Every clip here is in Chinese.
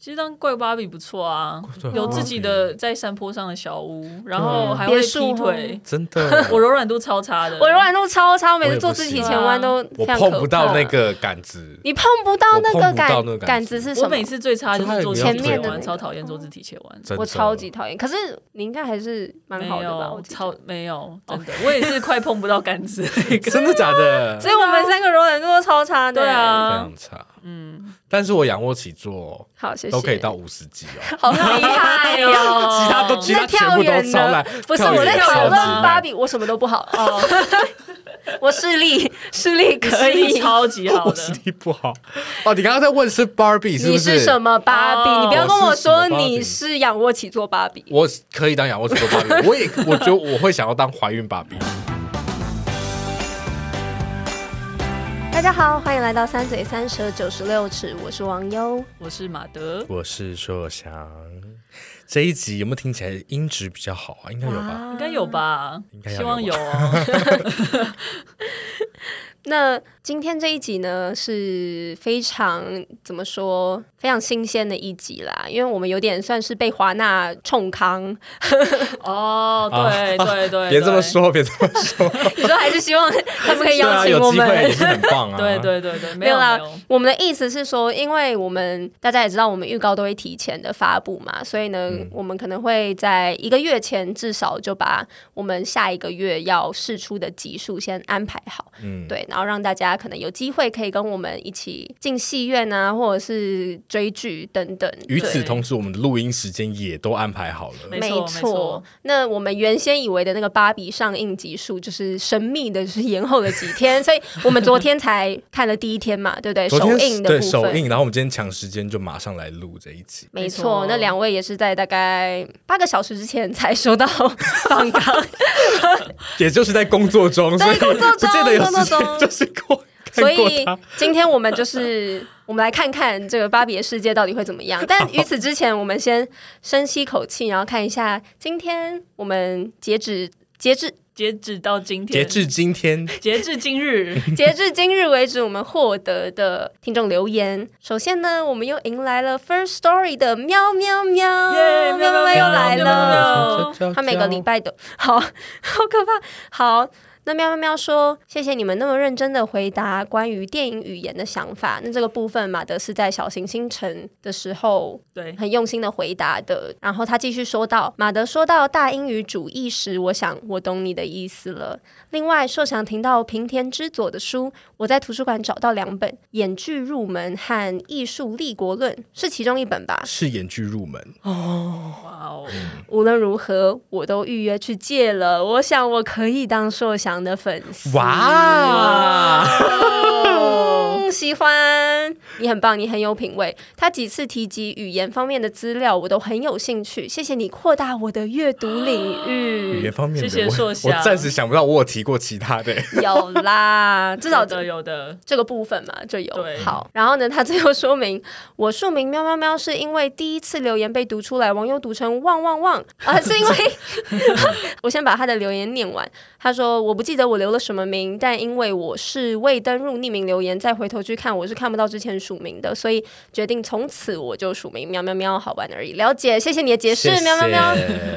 其实当怪芭比不错啊，对有自己的在山坡上的小屋，然啊后还会劈腿。，真的 我柔软度超差的，啊我柔软度超差，我每我次也做不肢行啊体前弯都我非常可怕碰不到那，个杆子，你碰不到那我碰个不到那杆个杆杆子子是我什么每？次最差就是做就肢它体也前没有前面的那弯，个超讨厌做肢体前弯。真的我 超级讨厌。可是你应该还是蛮没好的吧？有我，记得超没有，真的，我也是快碰不到杆 子那个。真的假的？所以我们三个柔软度都超差的。对，非啊，常差。嗯，但是我仰卧起坐好，谢谢。都可以到，五十几哦，好厉害 哦！其他都 其那他全跳部都远超呢烂，？不是跳远我在超讨论级烂芭比，我什么都不好哦。 我视力视力可视力以，超级好我的视。力不好。哦，你刚刚在问是 Barbie 是你不是什？么芭比？哦你不要跟我我说是什么芭比你是仰卧起坐芭比。我可以当仰卧起坐芭比，我也我觉得我会想要当怀孕芭比。大家好，欢迎来到三嘴三舌九十六尺，我是王优。我是马德，我是硕翔，这一集有没有听起来音质比较好啊？应该有吧？应该有吧应？该要希有吧望有哦。那今天这一集呢，是非常怎么说，非常新鲜的一集啦，因为我们有点算是被华纳冲康， 哦，对对对，啊别这么对。说，别这么说。你说还 是希望他们可对以邀啊，请有我机会也们。是很棒啊。对对对对，没 没有有没啦有，，我们的意思是说，因为我们大家也知道，我们预告都会提前的发布嘛，所以呢，嗯我们可能会在一个月前至少就把我们下一个月要试出的集数先安排好。嗯，对，然后让大家可能有机会可以跟我们一起进戏院啊，或者是追剧等等。与对此同时，我们的录音时间也都安排好了。没没错没错那我们原先以为的那个芭比上映集数，就是神秘的是延后了几 天，所以我们昨天才看了第一天嘛，对不对？昨首天映的对部首分。映，然后我们今天抢时间就马上来录这一集。没没错错，那两位也是在大概八个小时之前才收到 访纲，也就是在工作中，所对以工作不中见得有时工作间，中就是过所看过以嗯它。今天我们就是 我们来看看这个芭比的世界到底会怎么样。但于此之前，我们先深吸口气，然后看一下今天我们截止 截至截止到今天，截至今天，截至今 日，截至今日为止，我们获得的听众留言。首先呢，我们又迎来了 First Story 的喵喵喵，耶喵喵喵喵又来喵喵喵了。喵 他每个礼拜都好好可怕。好，那喵喵喵说：“谢谢你们那么认真的回答关于电影语言的想法。那这个部分，马德是在小行星城的时候对，很用心的回答的。然后他继续说到，马德说到大英语主义时，我想我懂你的意思了。另外，受想听到平田之佐的书，我在图书馆找到两本《演剧入门》和《艺术立国论》，是其中一本吧？是演剧入门，哇哦，无论如何，我都预约去借了。我想我可以当硕翔的粉丝。哇！嗯，喜欢你很棒，你很有品味。他几次提及语言方面的资料，我都很有兴趣。谢谢你扩大我的阅读领语域。言方面的，谢谢我硕翔我暂时想不到我有提过其他的。 有 啦，至少有的有的，这个部分嘛就有对好。然后呢，他最后说明我署名喵喵喵是因为第一次留言被读出来，网友读成旺旺旺啊、是 因为 我先把他的留言念完。他说我不记得我留了什么名，但因为我是未登入匿名留言，再回头去看我是看不到之前署名的，所以决定从此我就署名喵喵喵，好玩而已。了解，谢谢你的解释，谢谢喵喵喵。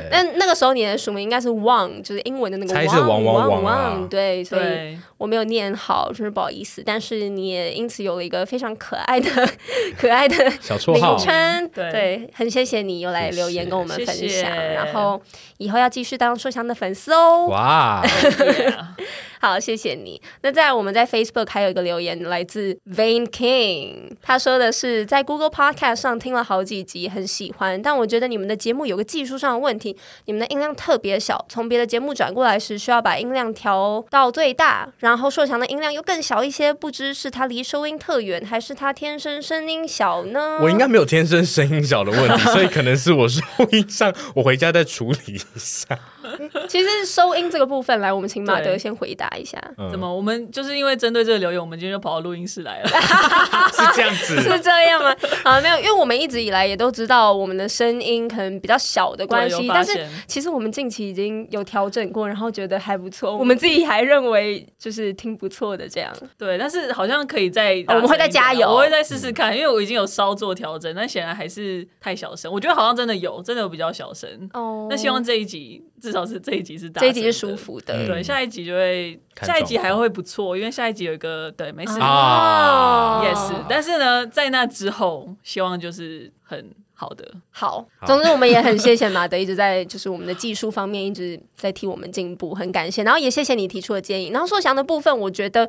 但那个时候你的署名应该是旺，就是英文的那个猜是旺汪汪旺汪啊旺，对，所以对，我没有念好，真是不好意思。但是你也因此有了一个非常可爱的、 可爱的小绰名号，称，对很谢谢你又来留言跟我们分享，谢谢然后以后要继续当硕翔的粉丝哦。哇！对啊好，谢谢你。那在我们在 Facebook 还有一个留言来自 Vain King，他说的是在 Google Podcast 上听了好几集，很喜欢，但我觉得你们的节目有个技术上的问题，你们的音量特别小，从别的节目转过来时需要把音量调到最大，然后硕强的音量又更小一些，不知是他离收音特远，还是他天生声音小呢？我应该没有天生声音小的问题，所以可能是我收音上，我回家再处理一 下。其实收音这个部分，来，我们请马德对先回答一下。嗯怎么？我们就是因为针对这个留言，我们今天就跑到录音室来 了。是这样是子？这样 吗？啊，没有，因为我们一直以来也都知道我们的声音可能比较小的关对系，有发但是现其实我们近期已经有调整过，然后觉得还不错，我们自己还认为就是挺不错的这样。对，但是好像可以再大声一点啊，哦我们会再加油我会再试试看，因为我已经有稍作调整，但显然还是太小声。我觉得好像真的有，真的有比较小声。哦那希望这一集至少是这一集是大这声一的，集是舒服的。嗯对，下一集就会，看下一集状况还会不错，因为下一集有一个对，没事，哦啊也是。但是呢，在那之后，希望就是很好的。好，好总之我们也很谢谢马德一直在就是我们的技术方面一直在替我们进步，很感谢。然后也谢谢你提出的建议。然后硕翔的部分，我觉得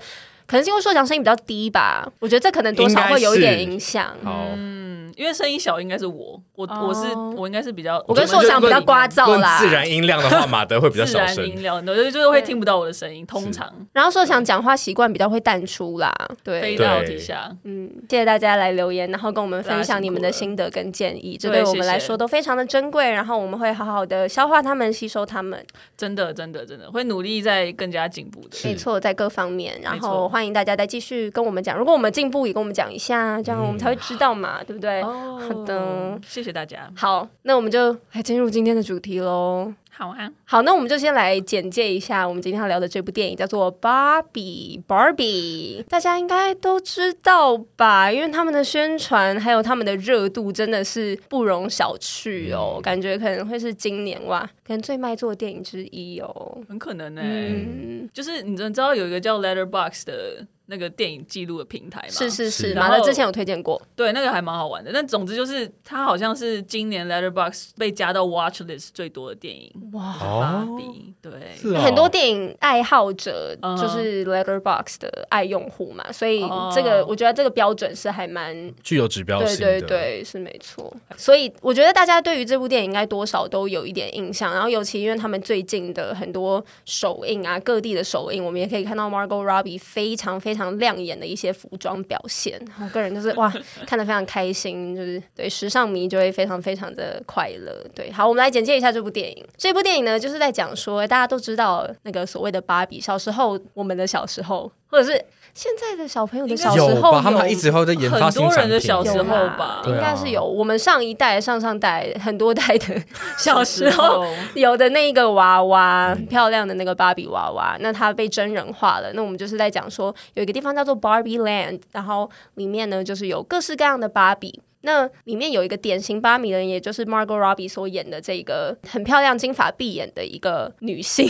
可能是因为硕翔声音比较低吧，我觉得这可能多少会有一点应该是影响。好，嗯，因为声音小应该是我，我、哦我是我应该是比较，我跟们硕就翔比较聒噪论啦，自然音量的话，马德会比较自小然声。音量，对，就是会听不到我的声音，通常然后说想讲话习惯比较会淡出啦，飞对，到对底下。嗯，谢谢大家来留言，然后跟我们分享你们的心得跟建议，这对我们来说都非常的珍贵，然后我们会好好的消化他们，吸收他们，真的，真的，真的会努力在更加进步的。没错，在各方面，然没后错欢迎大家再继续跟我们讲，如果我们进步也跟我们讲一下，这样我们才会知道嘛，对不对？哦好的，谢谢大家。好，那我们就来进入今天的主题喽。好啊，好，那我们就先来简介一下我们今天要聊的这部电影，叫做《芭比》（Barbie）。大家应该都知道吧？因为他们的宣传还有他们的热度真的是不容小觑嗯哦，感觉可能会是今年哇，可能最卖座的电影之一哦。很可能呢、欸嗯，就是你知道有一个叫 Letterbox 的那个电影记录的平台吗？是是是，是马然乐后之前有推荐过，对，那个还蛮好玩的。但总之就是，它好像是今年 Letterbox 被加到 Watch List 最多的电影。哇。芭哦，比，对， 是哦很多电影爱好者嗯就是 Letterbox 的爱用户嘛，所以哦这个我觉得这个标准是还蛮具有指标对性对的。对，是没错。所以我觉得大家对于这部电影应该多少都有一点印象，然后尤其因为他们最近的很多首映啊，各地的首映，我们也可以看到 Margot Robbie 非常非常亮眼的一些服装表现。我个人就是哇，看得非常开心，就是对时尚迷就会非常非常的快乐。对，好，我们来简介一下这部电影。这部电影呢，就是在讲说大家都知道那个所谓的芭比，小时候我们的小时候，或者是现在的小朋友的小时候有吧？他们一直会在研发很新多产人品。的小有时候啦吧应对该啊是有。我们上一代、上上代很多代的小时小时候。候 有的那一个娃娃，很漂亮的那个芭比娃娃，那它被真人化了。那我们就是在讲说，有一个地方叫做 Barbie Land，然后里面呢就是有各式各样的芭比。那里面有一个典型芭比人，也就是 Margot Robbie 所演的这个很漂亮、金发碧眼的一个女性。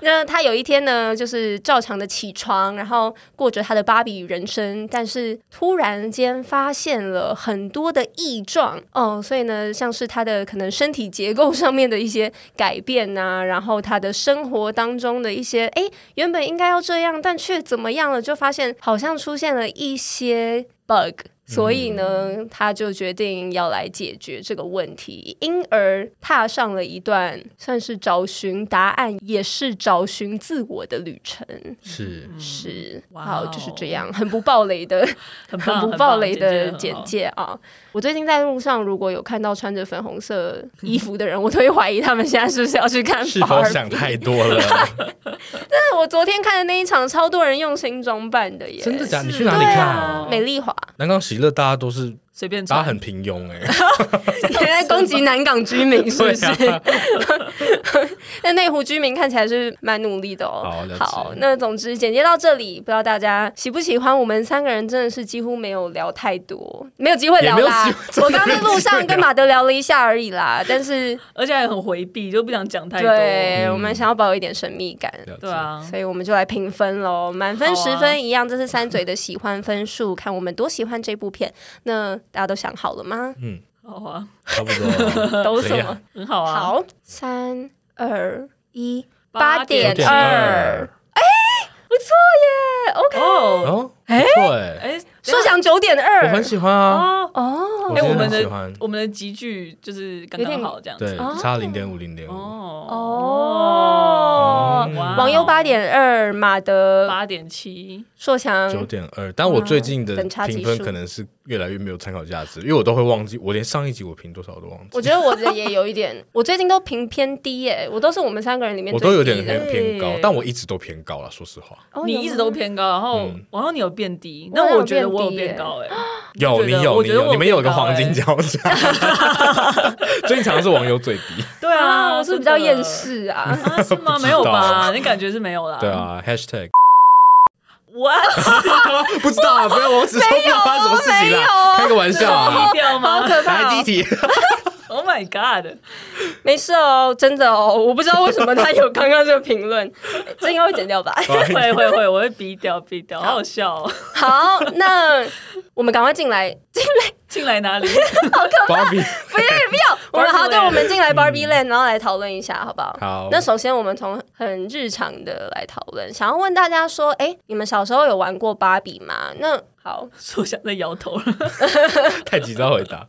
那她有一天呢，就是照常的起床，然后过着她的芭比人生，但是突然间发现了很多的异状哦，所以呢，像是她的可能身体结构上面的一些改变呐、然后她的生活当中的一些哎，诶原本应该要这样，但却怎么样了，就发现好像出现了一些 bug。所以呢，她就决定要来解决这个问题，因而踏上了一段算是找寻答案，也是找寻自我的旅程。是是， 哇好，哦就是这样，很不暴雷的， 很很棒不很暴棒雷简的很简好介啊！我最近在路上如果有看到穿着粉红色衣服的人，我都会怀疑他们现在是不是要去看是芭否比想太多了？但 我昨天看的那一场，超多人用心装扮的耶！真的假？的？你是去哪里对看啊？美丽华，南港喜乐大家都是，随便大家穿，很平庸 哎。 你在攻击南港居 民是不是？对啊 那内湖居民看起来是蛮努力的哦。好了解那总之简介到这里，不知道大家喜不喜欢？我们三个人真的是几乎没有聊太多，没有机会聊啦也没有机。会 我刚刚在路上跟马德聊了一下而已啦，但是而且还很回避，就不想讲太多。对、嗯我们想要保有一点神秘感。了解对啊，所以我们就来评分喽，满分好啊十分一样，这是三嘴的喜欢分数，看我们多喜欢这部片。那大家都想好了吗？ 好啊，差不多。都什怎么样？很好啊。好，三二一，八八点点二二，错耶，OK，哦，哦，不错哎，哎，说讲九点我二很，喜欢啊，哦，哦，哎，我真的们很喜欢的，我们的集聚就是刚刚好这样对子。，哦差零点五零点五，哦嗯哇网友八点二，马德八点七，硕强九点二。但我最近的嗯等差级评分数可能是越来越没有参考价值，因为我都会忘记，我连上一集我评多少我都忘记，我觉得我的也有一点， 我最近都评偏低耶、我都是我们三个人里面我最都有低点的。偏偏高对，但我一直都偏高了，说实话。哦你一直都，偏高，然后嗯然后你有变低，我那有我觉得变我有低变耶啊高哎，有我你觉得有我你觉得有，我你们有一个变高黄金欸交叉，最近常是网友最低。对有吗啊，我是比较真的厌世啊。啊，是吗？ 不知道没有吧？你感觉是没有啦。对，啊，#hashtag 我不知道啊，不要我只说不知道发生什么事情啦，开个玩笑啊。低调吗好可来怕、哦！ 第一题， ？Oh my god！没事哦，真的哦，我不知道为什么他有刚刚这个评论，这应该会剪掉吧？ 会会会，我会逼掉逼掉，好好笑哦。好，那我们赶快进来， 进来哪里？芭比，不要也不要，我们 Barbie 好，对， Land 嗯我们进来 Barbie Land，然后来讨论一下，好不好？好那首先我们从很日常的来讨论，想要问大家说，哎、你们小时候有玩过芭比吗？那好，我想在摇头了，太急躁回答，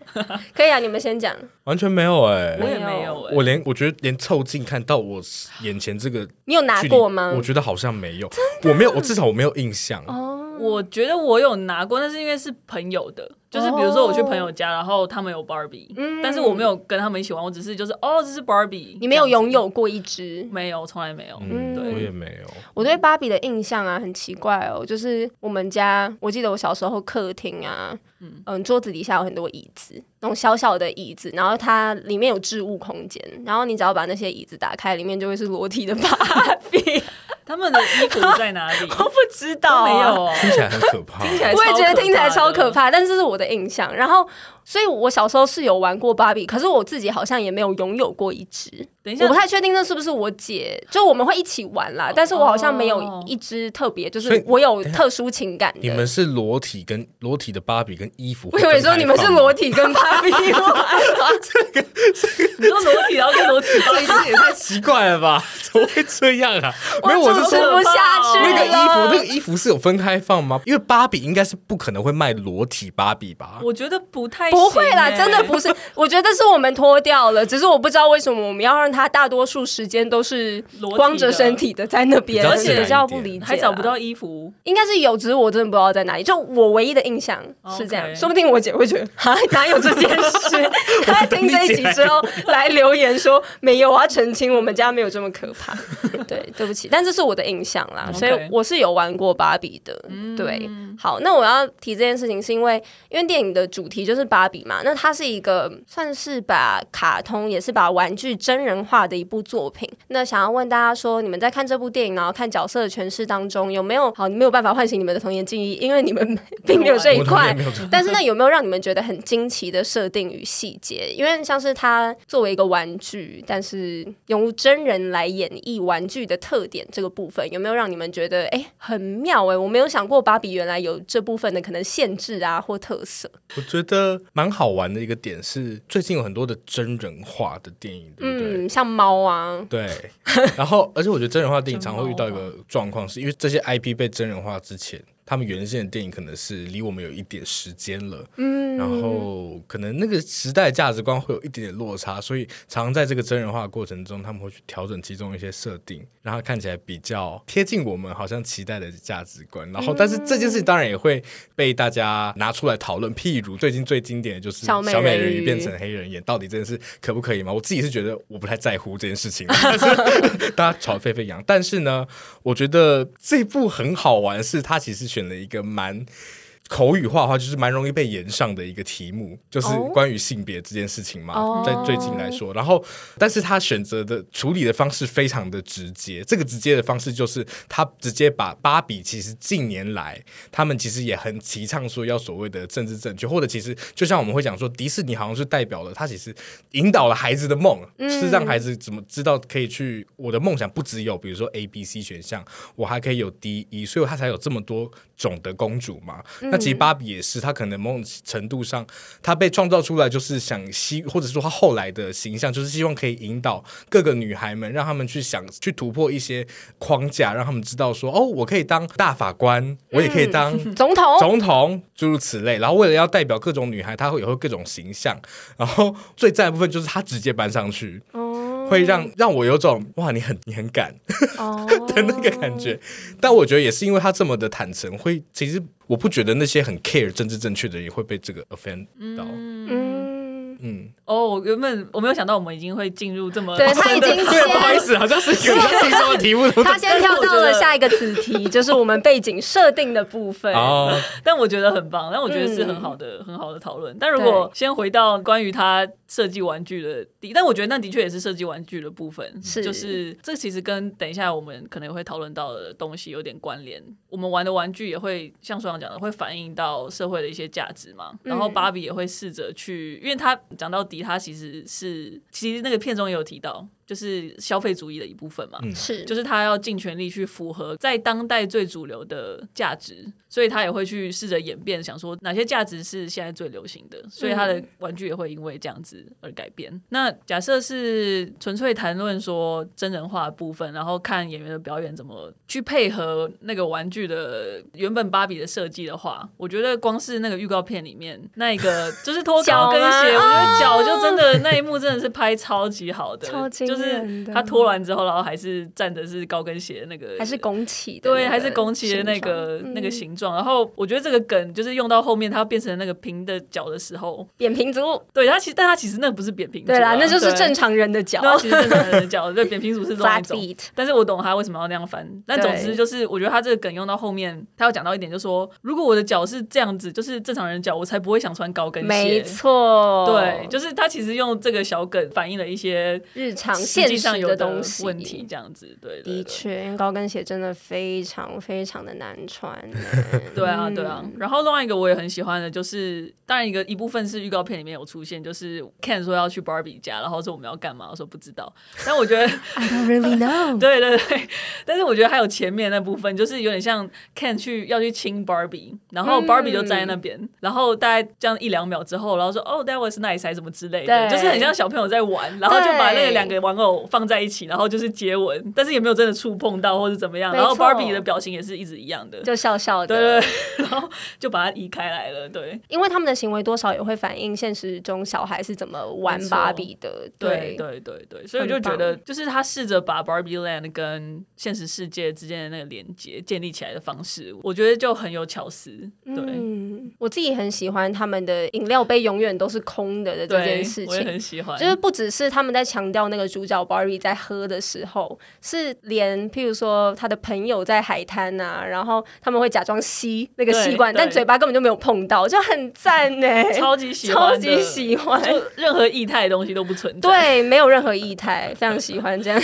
可以啊，你们先讲。完 全没有我哎。也没有哎。我连我觉得连凑近看到我眼前这个你有拿距离过吗？我觉得好像没有，我没有，我至少我没有印象。哦，我觉得我有拿过，但是因为是朋友的，就是比如说我去朋友家，然后他们有 Barbie，、嗯但是我没有跟他们一起玩，我只是就是哦，这是 Barbie，你没有这样拥子？有过一只。没有，从来没有。嗯，对我也没 有。我对芭比的印象啊，很奇怪哦，就是我们家，我记得我小时候客厅啊，嗯桌子底下有很多椅子，那种小小的椅子，然后它里面有置物空间，然后你只要把那些椅子打开，里面就会是裸体的芭比。 他们的衣服在哪里？我都不知道、啊没有、哦。听起来很可怕，听起来我也觉得超可怕的听起来超可怕，但是这是我的印象。然后，所以我小时候是有玩过芭比，可是我自己好像也没有拥有过一只。等一下我不，太确定那是不是我姐，就我们会一起玩啦，但是我好像没有哦一只特别，就所是以我有特殊情感你的。们是裸体跟裸体的芭比跟衣服我会分开以放吗，为说你们是裸体跟芭比玩，你说裸体，然后跟裸体 这一次也太奇怪了吧？ 怎么会这样啊？没有，我就是欸吃说不下去那个衣服，了。那个衣服是有分开放吗？因为芭比应该是不可能会卖裸体芭比吧？我觉得不太不会啦，行欸真的不是。我觉得是我们脱掉了，只是我不知道为什么我们要让它大多数时间都是裸体的光着身体的在那边，比较而且比较自然不一点理解啦，还找不到衣服，应该是有，只是我真的不知道在哪里。就我唯一的印象是这样 OK 说不定我姐会觉得啊，哪有这件事？她在听这一集之后来留言说没有，我要澄清，我们家没有这么可怕。对，对不起，但这是我的印象啦， OK 所以我是有玩过芭比的。对，好，那我要提这件事情是因为，因为电影的主题就是芭比嘛，那它是一个算是把卡通也是把玩具真人化的一部作品。那想要问大家说，你们在看这部电影，然后看角色的诠释当中，有没有好你没有办法唤醒你们的童年记忆，因为你们并没有这一我童块年没。有这但是呢，有没有让你们觉得很惊奇的设定与细节？因为像是它作为一个玩具，但是用真人来演绎玩具的特点这个部分，有没有让你们觉得哎、很妙哎、我没有想过芭比原来有这部分的可能限制啊或特色。我觉得蛮好玩的一个点是，最近有很多的真人化的电影，对不对？嗯，像猫啊，对，然后而且我觉得真人化电影常会遇到一个状况，是因为这些 IP 被真人化之前，他们原先的电影可能是离我们有一点时间了，嗯，然后可能那个时代价值观会有一点点落差，所以常常在这个真人化的过程中，他们会去调整其中一些设定，让它看起来比较贴近我们好像期待的价值观。然后，但是这件嗯事情当然也会被大家拿出来讨论，譬如最近最经典的就是小小美美人人鱼鱼变成黑人演，到底这件事可不可以吗？我自己是觉得我不太在乎这件 事情，但是 大家吵得沸沸扬。但是呢，我觉得这部很好玩，是它其实选了一个蛮。口语化的话，就是蛮容易被延上的一个题目，就是哦关于性别这件事情嘛，哦在最近来说。然后，但是他选择的处理的方式非常的直接，这个直接的方式就是他直接把芭比其实近年来他们其实也很提倡说要所谓的政治正确，或者其实就像我们会讲说，迪士尼好像是代表了他其实引导了孩子的梦，是让孩子怎么知道可以去 E，我的梦想不只有比如说 A、B、C 选项，我还可以有 D、E，所以他才有这么多种的公主嘛。那其实芭比也是，她可能某种程度上，她被创造出来就是想希，或者说她后来的形象，就是希望可以引导各个女孩们，让她们去想去突破一些框架，让她们知道说，哦，我可以当大法官，我也可以当总统总统，诸如此类。然后为了要代表各种女孩，她会也会各种形象。然后最赞的部分就是她直接搬上去，哦会让让我有种哇，你很你很敢哦的 那个感觉。但我觉得也是因为她这么的坦诚，会其实我不觉得那些很 care 政治正确的人也会被这个 offend 到。嗯，嗯，哦，我原本我没有想到我们已经会进入这么对他已经对，啊 不好意先思，好像是一个像是什么题目都他先跳到了下一个子题，就是我们背景设定的部分。哦，但我觉得很棒，但我觉得是很好的、很好的讨论。但如果先回到关于他设计玩具的地，但我觉得那的确也是设计玩具的部分，是就是这其实跟等一下我们可能会讨论到的东西有点关联。我们玩的玩具也会像双阳讲的，会反映到社会的一些价值嘛。然后芭比也会试着去，因为他讲到迪，他其实是其实那个片中也有提到，就是消费主义的一部分嘛。是，就是他要尽全力去符合在当代最主流的价值，所以他也会去试着演变，想说哪些价值是现在最流行的，所以他的玩具也会因为这样子而改变。那假设是纯粹谈论说真人化的部分，然后看演员的表演怎么去配合那个玩具的原本芭比的设计的话，我觉得光是那个预告片里面那一个 就是脱脚稿跟吗鞋，我觉得脚就真的那一幕真的是拍超级好的，超惊就是人的他脱完之后，然后还是站的是高跟鞋的那个，还是拱起的对，那个形状，嗯还是拱起的那个那个形状。然后我觉得这个梗就是用到后面，它变成那个平的脚的时候，扁平足。对它其实，但它其实那不是扁平足啊，对啦，那就是对正。常人的脚。 那其实正常人的脚，对扁平足是另外 Flat 一种。 feet，但是我懂他为什么要那样翻。但总之对就是，我觉得他这个梗用到后面，他有讲到一点，就是说如果我的脚是这样子，就是正常人的脚，我才不会想穿高跟鞋。没错，对，就是他其实用这个小梗反映了一些日常实现际上实有的东西问题，。这样子，对对对。的确，因为高跟鞋真的非常非常的难 穿。对啊，对嗯啊。然后另外一个我也很喜欢的，就是当然一个一部分是预告片里面有出现，就是 Ken 说要去 Barbie 家，然后说我们要干嘛，我说不知道。 但我觉得 I don't really know。对对对，但是我觉得还有前面那部分，就是有点像 Ken 去要去亲 Barbie，然后嗯 Barbie 就站在那边，然后大概这样一两秒之后，然后说哦、t h a t was nice 还是什么之类的，就对是很像小朋友在玩，然后就把那对个两个玩偶放在一起，然后就是接吻，但是也没有真的触碰到或是怎么样，没然后错 Barbie 的表情也是一直一样的， 就笑笑的，对对对，然后就把它移开来了，对因为他们的行为多少也会反映现实中小孩是怎么玩没错芭比的。对对对对，所以我就很觉棒得，就是他试着把 Barbie Land 跟现实世界之间的那个连接建立起来的方式，我觉得就很有巧思，对。嗯，我自己很喜欢他们的饮料杯永远都是空的的这对件事，我也情。很喜欢，就是不只是他们在强调那个主角 Barry 在喝的时候，是连譬如说他的朋友在海滩呐、然后他们会假装吸那个吸管，对对但嘴巴根本就没有碰到，就很赞呢、 超级喜欢超的，级喜欢。就任何液态的东西都不存在。对，没有任何异态，非常喜欢这样，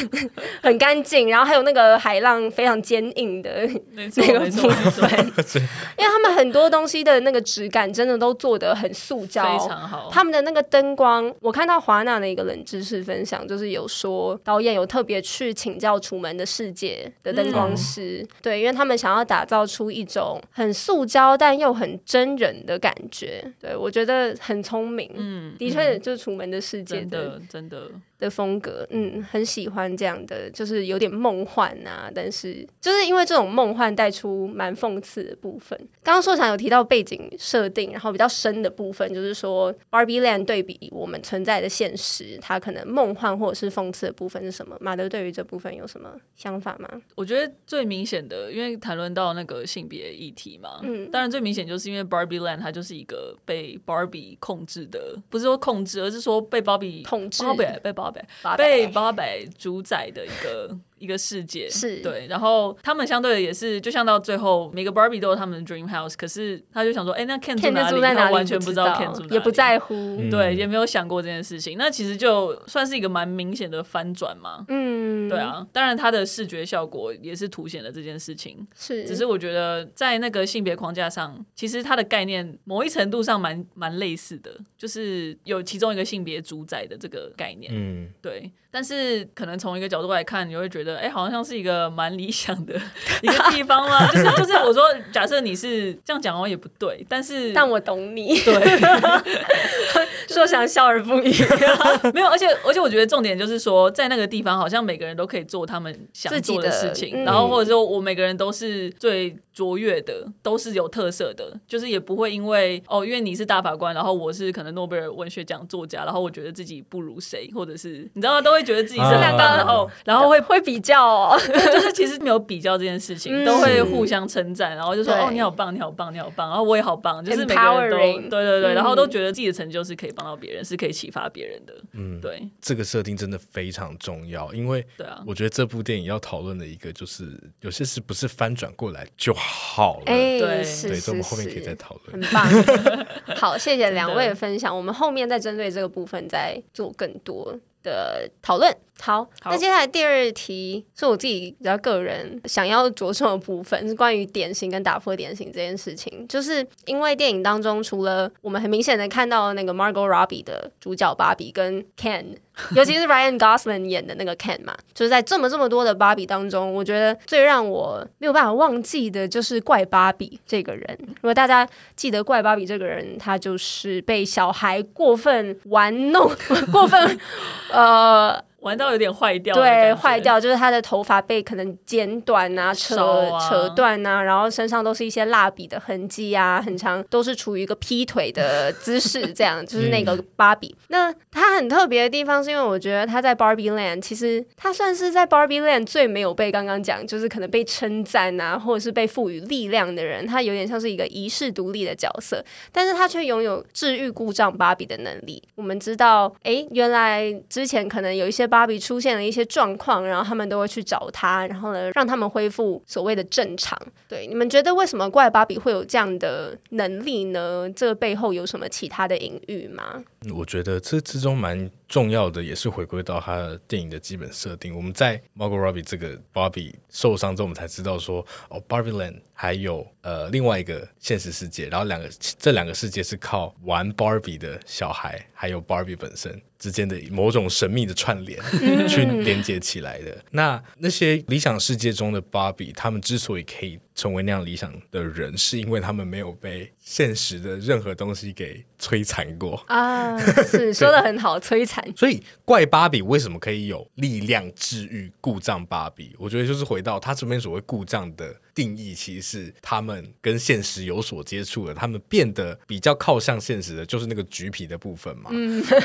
很干净。然后还有那个海浪非常坚硬的，因没错，那个没错，没错，非为他们很多东西的那个质感真的都做得很塑胶，常好。他们的那个灯光，我看到华纳的一个冷知识分享，就是有说导演有特别去请教《楚门的世界》的灯光师，对，因为他们想要打造出一种很塑胶但又很真人的感觉。对我觉得很聪明，嗯，的确就是《楚门的世界》真的的真的，的风格，嗯，很喜欢这样的，就是有点梦幻啊，但是就是因为这种梦幻带出蛮讽刺的部分。刚刚硕强有提到背景设定，然后比较深的部分就是说，Barbie Land 对比我们存在的现实，它可能梦幻或者是讽刺的部分是什么？马德对于这部分有什么想法吗？我觉得最明显的，因为谈论到那个性别议题嘛，嗯当然最明显就是因为 Barbie Land 它就是一个被 Barbie 控制的，不是说控制，而是说被 Barbie 统治 Barbie 被 Barbie 八百被八百主宰的一个一个世界，是对。然后他们相对的也是，就像到最后，每个 Barbie 都有他们的 dream house，可是他就想说，哎、那 Ken 住 Ken 哪里？就住在哪他里？完全不知知道道 Ken 住哪里，啊嗯也不在乎，对，也没有想过这件事情。那其实就算是一个蛮明显的翻转嘛。嗯，对，啊，当然它的视觉效果也是凸显了这件事情。是，只是我觉得在那个性别框架上，其实它的概念某一程度上蛮蛮类似的，就是有其中一个性别主宰的这个概念。嗯，对，但是可能从一个角度来看，你会觉得得，哎、好像是一个蛮理想的 一个地方吗？就是就是，我说，假设你是这样讲，好像也不对，但是但我懂你， 对， 说想笑而 不语， 没有，而且而且，我觉得重点就是说，在那个地方，好像每个人都可以做他们想自己做的事情，嗯然后或者说我每个人都是最卓越的，都是有特色的，就是也不会因为哦，因为你是大法官，然后我是可能诺贝尔文学奖作家，然后我觉得自己不如谁，或者是你知道吗，都会觉得自己是嗯啊很棒的，然哦后然后会会会比较哦。就是其实没有比较这件事情，嗯都会互相称赞，然后就说对哦你好棒，你好棒，你好棒，然后我也好棒，就是每个人都对 Empowering 对对，嗯然后都觉得自己的成就是可以帮到别人，是可以启发别人的，嗯，对这个设定真的非常重要，因为对啊，我觉得这部电影要讨论的一个就是有些事不是翻转过来就好了，哎，对是对，这我是们后面可以再是，讨论很。棒。好，谢谢两位的分享，我们后面再针对这个部分再做更多的讨论。好，好那接下来第二题是我自己比较个人想要着重的部分，是关于典型跟打破典型这件事情。就是因为电影当中，除了我们很明显的看到那个 Margot Robbie 的主角芭比跟 Ken，尤其是 Ryan Gosling 演的那个 Ken 嘛，就是在这么这么多的芭比当中，我觉得最让我没有办法忘记的就是怪芭比这个人。如果大家记得怪芭比这个人，他就是被小孩过分玩 弄、过分呃玩到有点坏掉，对，坏，掉就是他的头发被可能剪短啊、扯烧啊扯断啊，然后身上都是一些蜡笔的痕迹啊，很长都是处于一个劈腿的姿势，这样就是那个芭比。那他很特别的地方是因为我觉得他在 Barbie Land，其实他算是在 Barbie Land 最没有被刚刚讲，就是可能被称赞啊，或者是被赋予力量的人，他有点像是一个遗世独立的角色。但是他却拥有治愈故障芭比的能力。我们知道，诶，原来之前可能有一些芭比出现了一些状况，然后他们都会去找他，然后呢，让他们恢复所谓的正常。对，你们觉得为什么怪芭比会有这样的能力呢？这个背后有什么其他的隐喻吗？嗯我觉得这之中蛮重要的，也是回归到他的电影的基本设定。我们在 Margot Robbie 这个 Barbie 受伤之后，我们才知道说，哦，Barbie Land 还有呃另外一个现实世界，然后两个这两个世界是靠玩 Barbie 的小孩还有 Barbie 本身之间的某种神秘的串联去连接起来的。那那些理想世界中的 Barbie，他们之所以可以成为那样理想的人，是因为他们没有被现实的任何东西给摧残过。啊，是说的很好，摧 残。所以怪芭比为什么可以有力量治愈故障芭比？我觉得就是回到他这边所谓故障的定义，其实是他们跟现实有所接触了，他们变得比较靠向现实的，就是那个橘皮的部分嘛。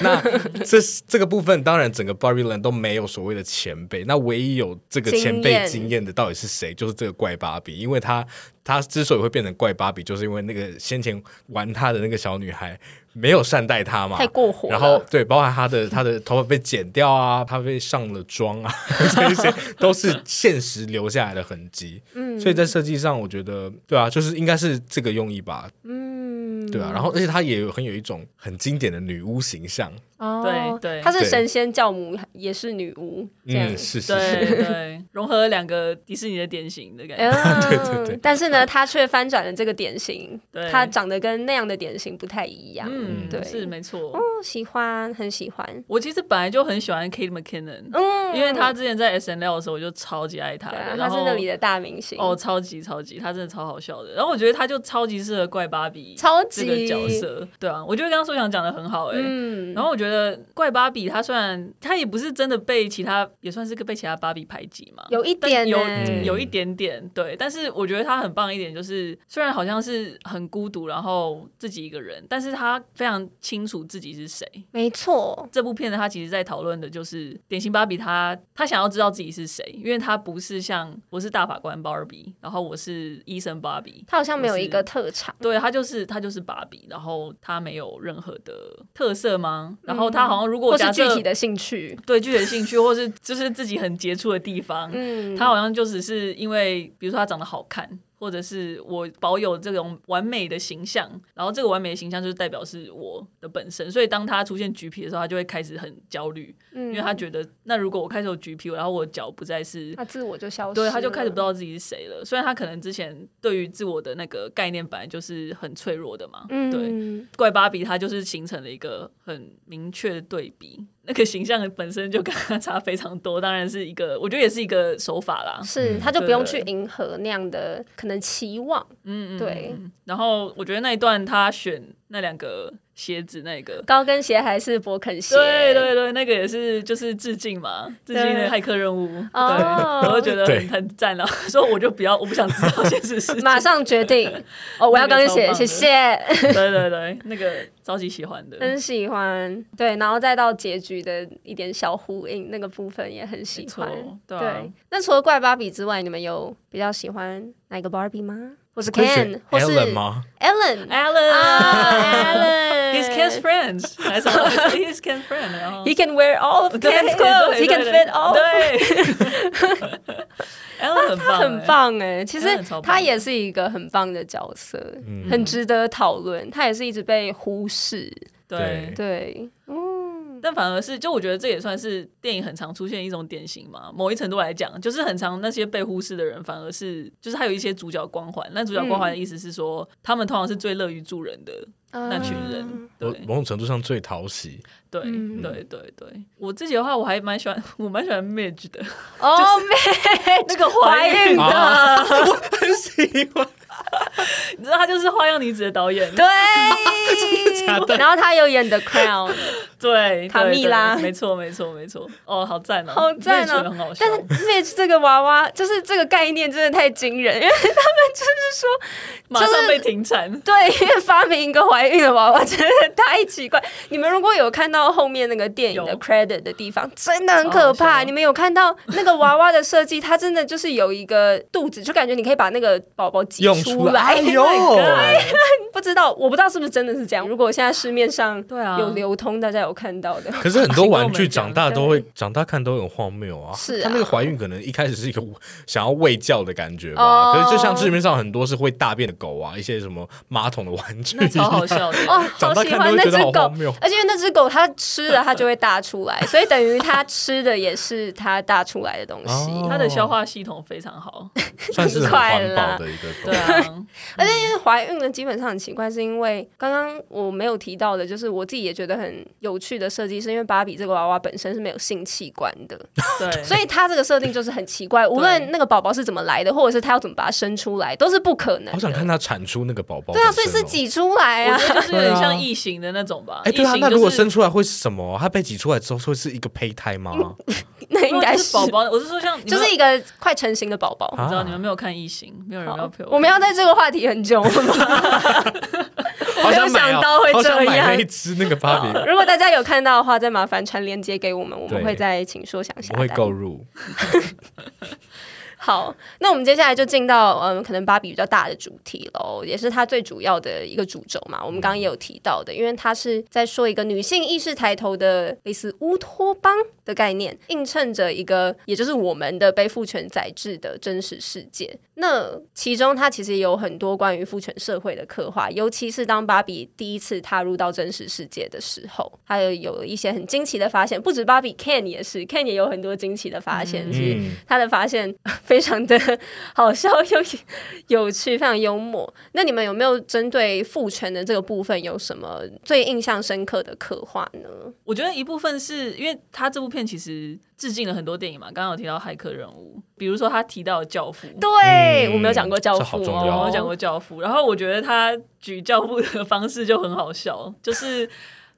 那这这个部分，当然整个 Barbie Land 都没有所谓的前辈，那唯一有这个前经辈验经验的到底是谁？就是这个怪芭比，因为他他之所以会变成怪芭比，就是因为那个先前玩他的那个小女孩没有善待他嘛，太过火了然后对，包含他的他的头发被剪掉啊，他被上了妆啊， 这些都是现实留下来的痕迹。嗯，所以在设计上，我觉得对啊，就是应该是这个用意吧，嗯，对啊。然后而且他也有很有一种很经典的女巫形象，哦对对她是神仙教母，也是女巫，这样嗯，是是是。对 对，融合了两个迪士尼的典型的感觉，对对对嗯但是呢，他却翻转了这个典型，对他长得跟那样的典型不太一样。嗯，对是没错。哦喜欢，很喜欢。我其实本来就很喜欢 Kate McKinnon，、嗯因为她之前在 S N L 的时候，我就超级爱她对的。啊，他然后是那里的大明星哦，超级超级，他真的超好笑的。然后我觉得他就超级适合怪芭比超这级个角。色，对啊，我觉得刚刚苏翔讲的很好哎、嗯，然后我觉得怪芭比，他虽然他也不是真的被其他，也算是个被其他芭比排挤嘛，有一但点欸有呢有一点点对，但是我觉得他很棒一点就是，虽然好像是很孤独，然后自己一个人，但是他非常清楚自己是谁。没错，这部片呢，他其实在讨论的就是典型芭比她，她想要知道自己是谁，因为她不是像我是大法官芭比，然后我是医生芭比，他好像没有一个特长。对她就是她就是芭比，然后她没有任何的特色吗？然后她好像如果嗯或假是具设体的兴趣，对具体的兴趣，或是就是自己很杰出的地方，嗯，她好像就只是因为比如说她长得好看。或者是我保有这种完美的形象，然后这个完美的形象就是代表是我的本身，所以当她出现橘皮的时候，她就会开始很焦虑，因因为他觉得，那如果我开始有橘皮，然后我脚不再是，他自我就消失，对，他就开始不知，道自己是谁了。虽然他可能之前对于自我的那个概念本来就是很脆弱的嘛，对。嗯，怪芭比，它就是形成了一个很明确的对比。那个形象本身就跟他差非常多，当然是一个，我觉得也是一个手法啦。是，他就不用去迎合那样的可能期望。嗯嗯，对，然后我觉得那一段他选那两个鞋子，那个高跟鞋还是勃肯鞋？对对对，那个也是就是致敬嘛，致敬那个骇客任务。对，哦我就觉得对很很赞了，所以我就不要，我不想知道现实世界。 马上 决定哦，我要高跟那鞋，个超棒谢的谢。对对对，那个超级喜欢的，很喜欢，对，然后再到结局的一点小呼应，那个部分也很没喜错欢。，对啊那除了怪芭比之外，你们有比较喜欢哪一个芭比吗？或是会选 Ken，或是 Alan 吗？ Ellen？啊 Alan，Alan。He's Ken's Alan，Alan，He friends，还是什么 He's Ken's friend，然 Oh. 后 can wear all of 对 Ken's 对 clothes. 对 He can 对 fit all. 对 ，Alan 很棒，很。棒哎、其实 Alan 超棒他也是一个很棒的角色，嗯很值得讨论。他也是一直被忽视，嗯对，对，但反而是，就我觉得这也算是电影很常出现一种典型嘛。某一程度来讲，就是很常那些被忽视的人，反而是就是他有一些主角光环。那主角光环的意思是说，他们通常是最乐于助人的那群人。某对某种程度上最讨喜，对嗯对对对，我自己的话，我还蛮喜欢，我蛮喜欢 Midge 的。哦，妹， 那个怀孕的，很喜欢。你知道他就是《花样女子》的导演，对，然后他有演《The Crown》，对，卡对蜜拉对没错，没错，没错。哦，好赞哦，好赞我也哦觉得很好笑但。是 Mitch 这个娃娃就是这个概念真的太惊人，因为 马上被停产，对，因为发明一个怀孕的娃娃真的太奇怪。你们如果有看到后面那个电影的有 credit 的地方，真的很可超好怕。笑你们有看到那个娃娃的设计，它真的就是有一个肚子，就感觉你可以把那个宝宝挤用出出来。Oh 哎 呦，不知道，我不知道是不是真的是这样。如果现在市面上对啊有流通，大家有看到的， 可是很多玩具跟我长们讲大都会长大看都很荒谬啊。是啊他那个怀孕可能一开始是一个想要喂教的感觉吧，哦可是就像市面上很多是会大便的狗啊，一些什么马桶的玩具，那超好笑的。 哦， 长好大喜看欢都那会觉只得好狗荒谬，而且因为那只狗它吃了它就会大出来，所以等于它吃的也是它大出来的东西。哦他的消化系统非常好，算是很环保的一个狗对。 啊，而且因为怀孕呢，基本上很奇怪，是因为刚刚我没有提到的，就是我自己也觉得很有趣的设计，是因为芭比这个娃娃本身是没有性器官的，对，所以它这个设定就是很奇怪。无论那个宝宝是怎么来的，或者是它要怎么把它生出来，都是不可能的。好想看它产出那个宝宝。对啊，所以是。挤出来我啊。觉得就是有点对啊像异形的那种吧。哦哎，对啊，异形那就是如果生出来会是什么？它被挤出来之后会是一个胚胎吗？那应该就是宝，宝，我是说像你就们是一个快成型的宝宝。你知道你啊，们没有看异形，没有人要陪我们要在这个话题很久吗？好想没有买想哦到会好想这买样那一只那个芭比，如果大家有看到的话，再麻烦传链接给我们，我们对会再请说想下不会单购入。 好，那我们接下来就进到嗯，可能芭比比较大的主题喽，也是它最主要的一个主轴嘛。我们刚刚也有提到的，因为它是在说一个女性意识抬头的类似乌托邦的概念，映衬着一个也就是我们的被父权宰制的真实世界。那其中它其实有很多关于父权社会的刻画，尤其是当芭比第一次踏入到真实世界的时候，还有有一些很惊奇的发现。不止芭比，Ken 也是，Ken 也有很多惊奇的发现，是嗯，他的发现非常的 好笑又有趣，非常幽默。那你们有没有针对父权的这个部分有什么最印象深刻的刻画呢？我觉得一部分是因为他这部片其实致敬了很多电影嘛，刚刚有提到《骇客任务》，比如说他提到《教父》，对、嗯我没有讲过教这好父重要哦，哦，我讲过教父，然后我觉得他举教父的方式就很好笑，就是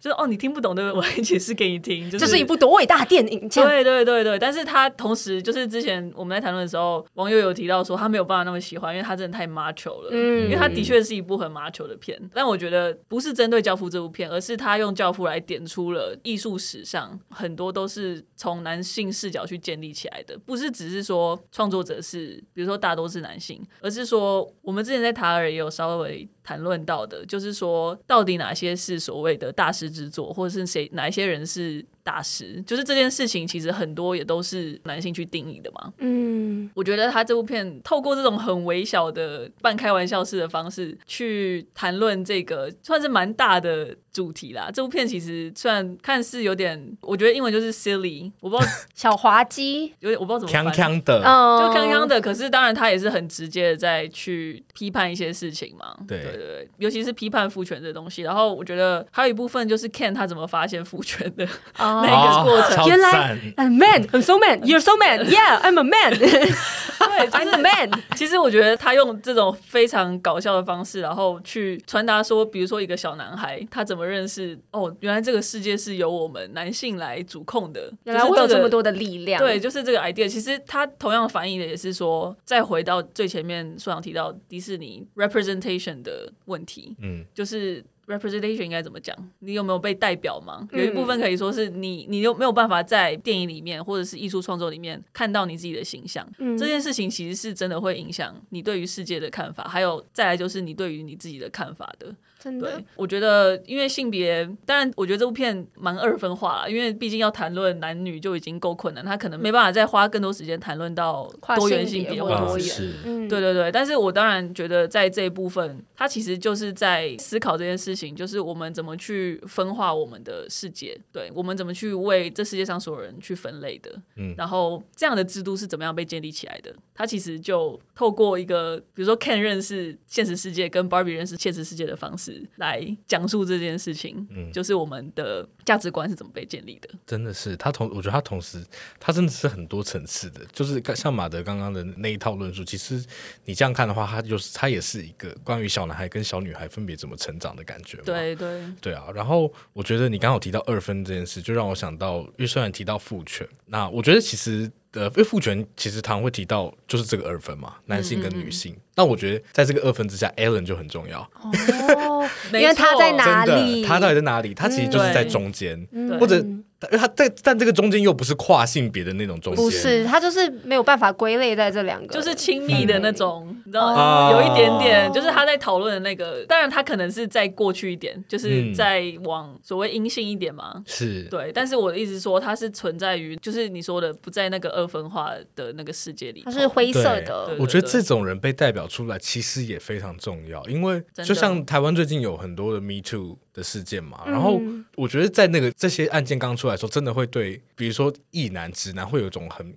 就是哦，你听不懂对不 对？我解释给你听，就这是是一部多伟大的电影，这样对对对对，但是他同时就是之前我们在谈论的时候，网友有提到说他没有办法那么喜欢，因为他真的太 macho 了。嗯因为他的确是一部很 macho 的片，但我觉得不是针对《教父》这部片，而是他用《教父》来点出了艺术史上很多都是从男性视角去建立起来的，不是只是说创作者是，比如说大多是男性，而是说我们之前在塔尔也有稍微谈论到的，就是说到底哪些是所谓的大师之作，或者是谁哪一些人是大师，就是这件事情其实很多也都是男性去定义的嘛。嗯，我觉得他这部片透过这种很微小的半开玩笑式的方式去谈论这个算是蛮大的主题啦。这部片其实虽然看似有点，我觉得英文就是 silly，我不知道小滑稽，有点我不知道怎么 翻锵锵的，嗯，就康康的，可是当然他也是很直接的在去批判一些事情嘛。对对对，尤其是批判父权这东西。然后我觉得还有一部分就是 Ken 他怎么发现父权的，哦那个过程哦超原来赞 I'm man, I'm so man, you're so man, yeah, I'm a man, 对，就是 I'm a man。 其实我觉得他用这种非常搞笑的方式，然后去传达说，比如说一个小男孩他怎么认识哦，原来这个世界是由我们男性来主控的，原来我有就是这个么。多的力量，对，，就是这个 idea。其实他同样反映的也是说，再回到最前面，苏阳提到迪士尼 representation 的问题，嗯，就是 representation 应该怎么讲？你有没有被代表吗？嗯有一部分可以说是你，你又没有办法在电影里面或者是艺术创作里面看到你自己的形象。嗯这件事情其实是真的会影响你对于世界的看法，还有再来就是你对于你自己的看法的。哦真的对，，我觉得因为性别，当然我觉得这部片蛮二分化啦，因为毕竟要谈论男女就已经够困难，他可能没办法再花更多时间谈论到跨多元性性别别或或者多啊元是，嗯，对对对，但是我当然觉得在这一部分，他其实就是在思考这件事情，就是我们怎么去分化我们的世界，对我们怎么去为这世界上所有人去分类的，嗯然后这样的制度是怎么样被建立起来的？他其实就透过一个，比如说 Ken 认识现实世界跟 Barbie 认识现实世界的方式来讲述这件事情，嗯就是我们的价值观是怎么被建立的。真的是他同，我觉得他同时，他真的是很多层次的，就是像马德刚刚的那一套论述，其实你这样看的话，他就是他也是一个关于小男孩跟小女孩分别怎么成长的感觉嘛。对对，对啊，然后我觉得你刚好提到二分这件事，就让我想到，因为虽然提到父权，那我觉得其实呃，因为父权其实常会提到就是这个二分嘛，男性嗯跟女性。那我觉得在这个二分之下，Allen 就很重要，哦，没因为他错在哪真里？的，他到底在哪里？他其实就是在中间，对或者因为他在但这个中间又不是跨性别的那种中间，不是，他就是没有办法归类在这两个，就是亲密的那种，嗯你知道，哦有一点点，就是他在讨论的那个，当然他可能是再过去一点，就是嗯再往所谓阴性一点嘛。是对，但是我的意思是说，它是存在于就是你说的不在那个二分化的那个世界里头，他是灰色对的，我觉得这种人被代表出来，其实也非常重要，因为真的就像台湾最近有很多的 Me Too 的事件嘛，嗯然后我觉得在那个这些案件刚出来的时候，真的会对，比如说异男、直男，会有一种很。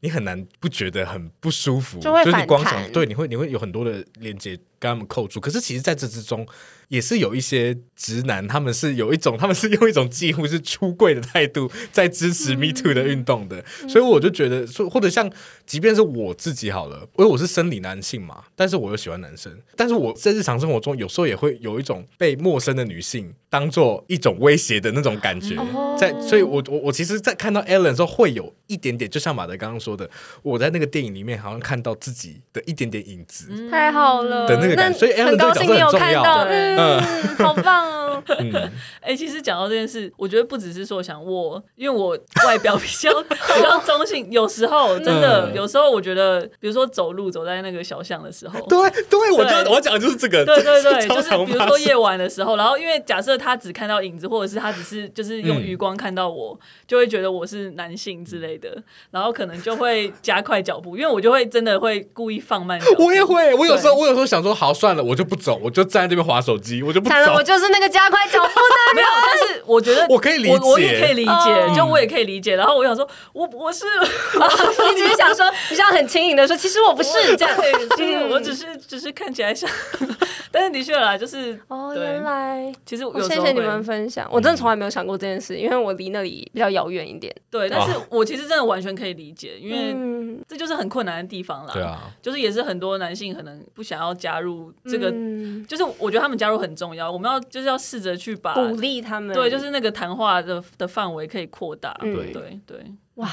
你很难不觉得很不舒服，就会是你光反想弹对，你会你会有很多的连接跟他们扣住。可是其实在这之中，也是有一些直男，他们是有一种，他 们是用一种几乎是出柜的态度在支持嗯 Me Too 的运动的，所以我就觉得说，或者像，即便是我自己好了，因为我是生理男性嘛，但是我又喜欢男生，但是我在日常生活中有时候也会有一种被陌生的女性当做一种威胁的那种感觉，哦在，所以我我我其实，在看到 Ellen 的时候，会有一点点，就像马德刚刚说的，我在那个电影里面好像看到自己的一点点影子，嗯太好了，的那个感觉所以 Alan 很高这兴个角色很你有重看要到，对嗯，好棒哦，嗯，哎、其实讲到这件事，我觉得不只是说想我，因为我外表比较 比较中性，有时候真的，嗯有时候我觉得，比如说走路走在那个小巷的时候，对对，我就对我讲的就是这个， 对对对，就这 超是常比如发说生夜晚的时候，然后因为假设他只看到影子，或者是他只是就是用嗯余光看到我，就会觉得我是男性之类的，然后可能就会加快脚步，因为我就会真的会故意放慢脚步。 我也会，我有时候对我有时候想说，好算了，我就不走，我就站在这边划手机，我就不走 惨。了，我就是那个加快 脚步的没有，但是我觉得 我可以理解嗯我我也可以理哦解，就我也可以理解。然后我想说，我我是 人，你只是想 说，你想很轻盈的说，其实我不是这样，对，就是我只嗯是只是看起来像， 但是的确啦，就是哦，对原来。其实有我时候谢谢你会嗯们分享，我真的从来没有想过这件事，因为我离那里比较遥远一点。啊对，但是我其实真的完全可以理解，因为嗯，这就是很困难的地方啦。对啊，就是也是很多男性可能不想要加入这个，嗯就是我觉得他们加入很重要，我们要就是要试着去把。鼓励他们，对，就是那个谈话的的范围可以扩大，嗯对对对，哇，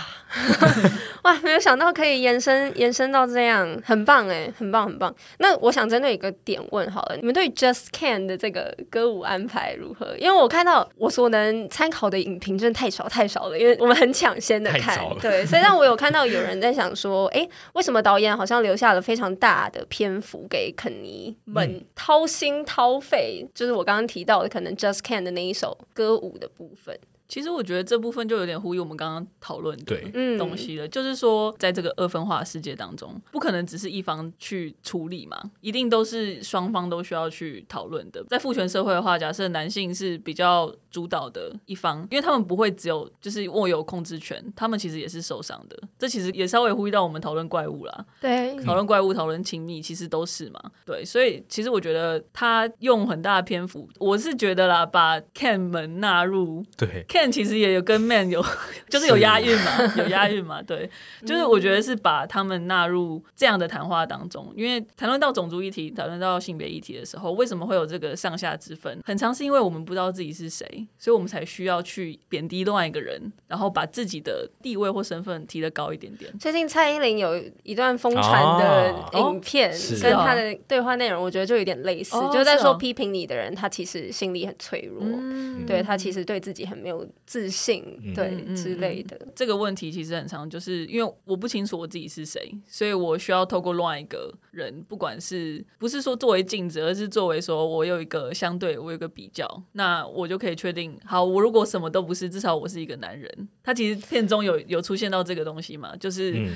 没有想到可以延伸延伸到这样，很棒哎，很棒很棒。那我想针对一个点问好了，你们对 Just Can 的这个歌舞安排如何？因为我看到我所能参考的影评真的太少太少了，因为我们很抢先的太看少，了对，所以让我有看到有人在想说，哎，为什么导演好像留下了非常大的篇幅给肯尼们、嗯掏心掏肺，就是我刚刚提到的可能 Just Can 的那一首歌舞的部分。其实我觉得这部分就有点呼吁我们刚刚讨论的对嗯东西了，就是说，在这个二分化的世界当中，不可能只是一方去处理嘛，一定都是双方都需要去讨论的。在父权社会的话，假设男性是比较主导的一方，因为他们不会只有就是握有控制权，他们其实也是受伤的。这其实也稍微呼吁到我们讨论怪物啦，对，讨论怪物、讨论亲密，其实都是嘛。对，所以其实我觉得他用很大的篇幅，我是觉得啦，把 Ken 们纳入对 Ken 其实也有跟 Man 有， 就是有押韵嘛， 有押韵嘛，对，就是我觉得是把他们纳入这样的谈话当中，因为谈论到种族议题、谈论到性别议题的时候，为什么会有这个上下之分？很常是因为我们不知道自己是谁，所以我们才需要去贬低另外一个人，然后把自己的地位或身份提得高一点点。最近蔡依林有一段疯传的哦影片，是跟她的对话内容，我觉得就有点类似，哦就在是说哦批评你的人，他其实心里很脆弱，嗯对他其实对自己很没有自信，对嗯嗯之类的。这个问题其实很常，就是因为我不清楚我自己是谁，所以我需要透过另外一个人，不管是不是说作为镜子，而是作为说我有一个相对，我有一个比较，那我就可以确定，好，我如果什么都不是，至少我是一个男人。他其实片中有有出现到这个东西嘛，就是。嗯，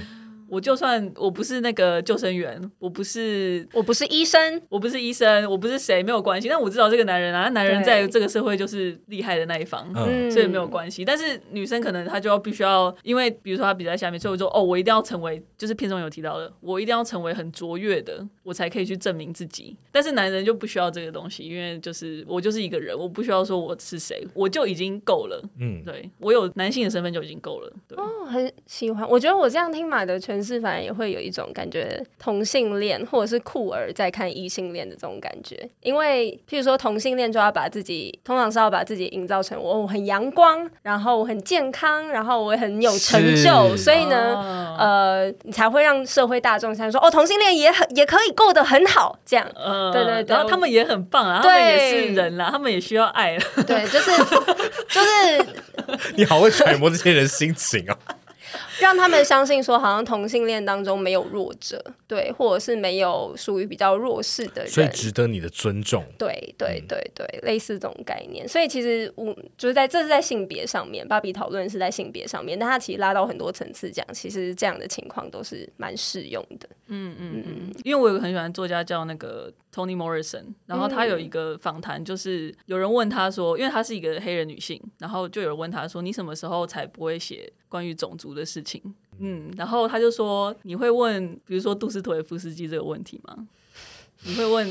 我就算我不是那个救生员，我不是我不是医生，我不是医生，我不是谁，没有关系。但我知道这个男人啊，那男人对在这个社会就是厉害的那一方。嗯嗯，所以没有关系。但是女生可能她就要必须要，因为比如说她比在下面，所以我就哦，我一定要成为，就是片中有提到的，我一定要成为很卓越的，我才可以去证明自己。但是男人就不需要这个东西，因为就是我就是一个人，我不需要说我是谁，我就已经够了。嗯，，对我有男性的身份就已经够了。对，我很喜欢。我觉得我这样听马的诠释，反而也会有一种感觉，同性恋或者是酷儿在看异性恋的这种感觉。因为譬如说同性恋就要把自己，通常是要把自己营造成我我很阳光，然后我很健康，然后我很有成就是所以呢。哦呃，你才会让社会大众相信说，哦，同性恋也很也可以过得很好，这样，呃对对对然后他们也很棒啊，他对们也是人啦，他们也需要爱啦。 对，就是就是你好会揣摩这些人心情 啊。让他们相信说，好像同性恋当中没有弱者，对，或者是没有属于比较弱势的人，所以值得你的尊重。对对对对，类似这种概念。所以其实我就是在这是在性别上面，芭比讨论是在性别上面，但它其实拉到很多层次讲，其实这样的情况都是蛮适用的。因为我有个很喜欢的作家叫那个 Toni Morrison，然后他有嗯一个访谈，就是有人问他说，因为她是一个黑人女性，然后就有人问他说，你什么时候才不会写关于种族的事情？嗯，然后他就说，你会问，比如说杜斯妥耶夫斯基这个问题吗？你会问，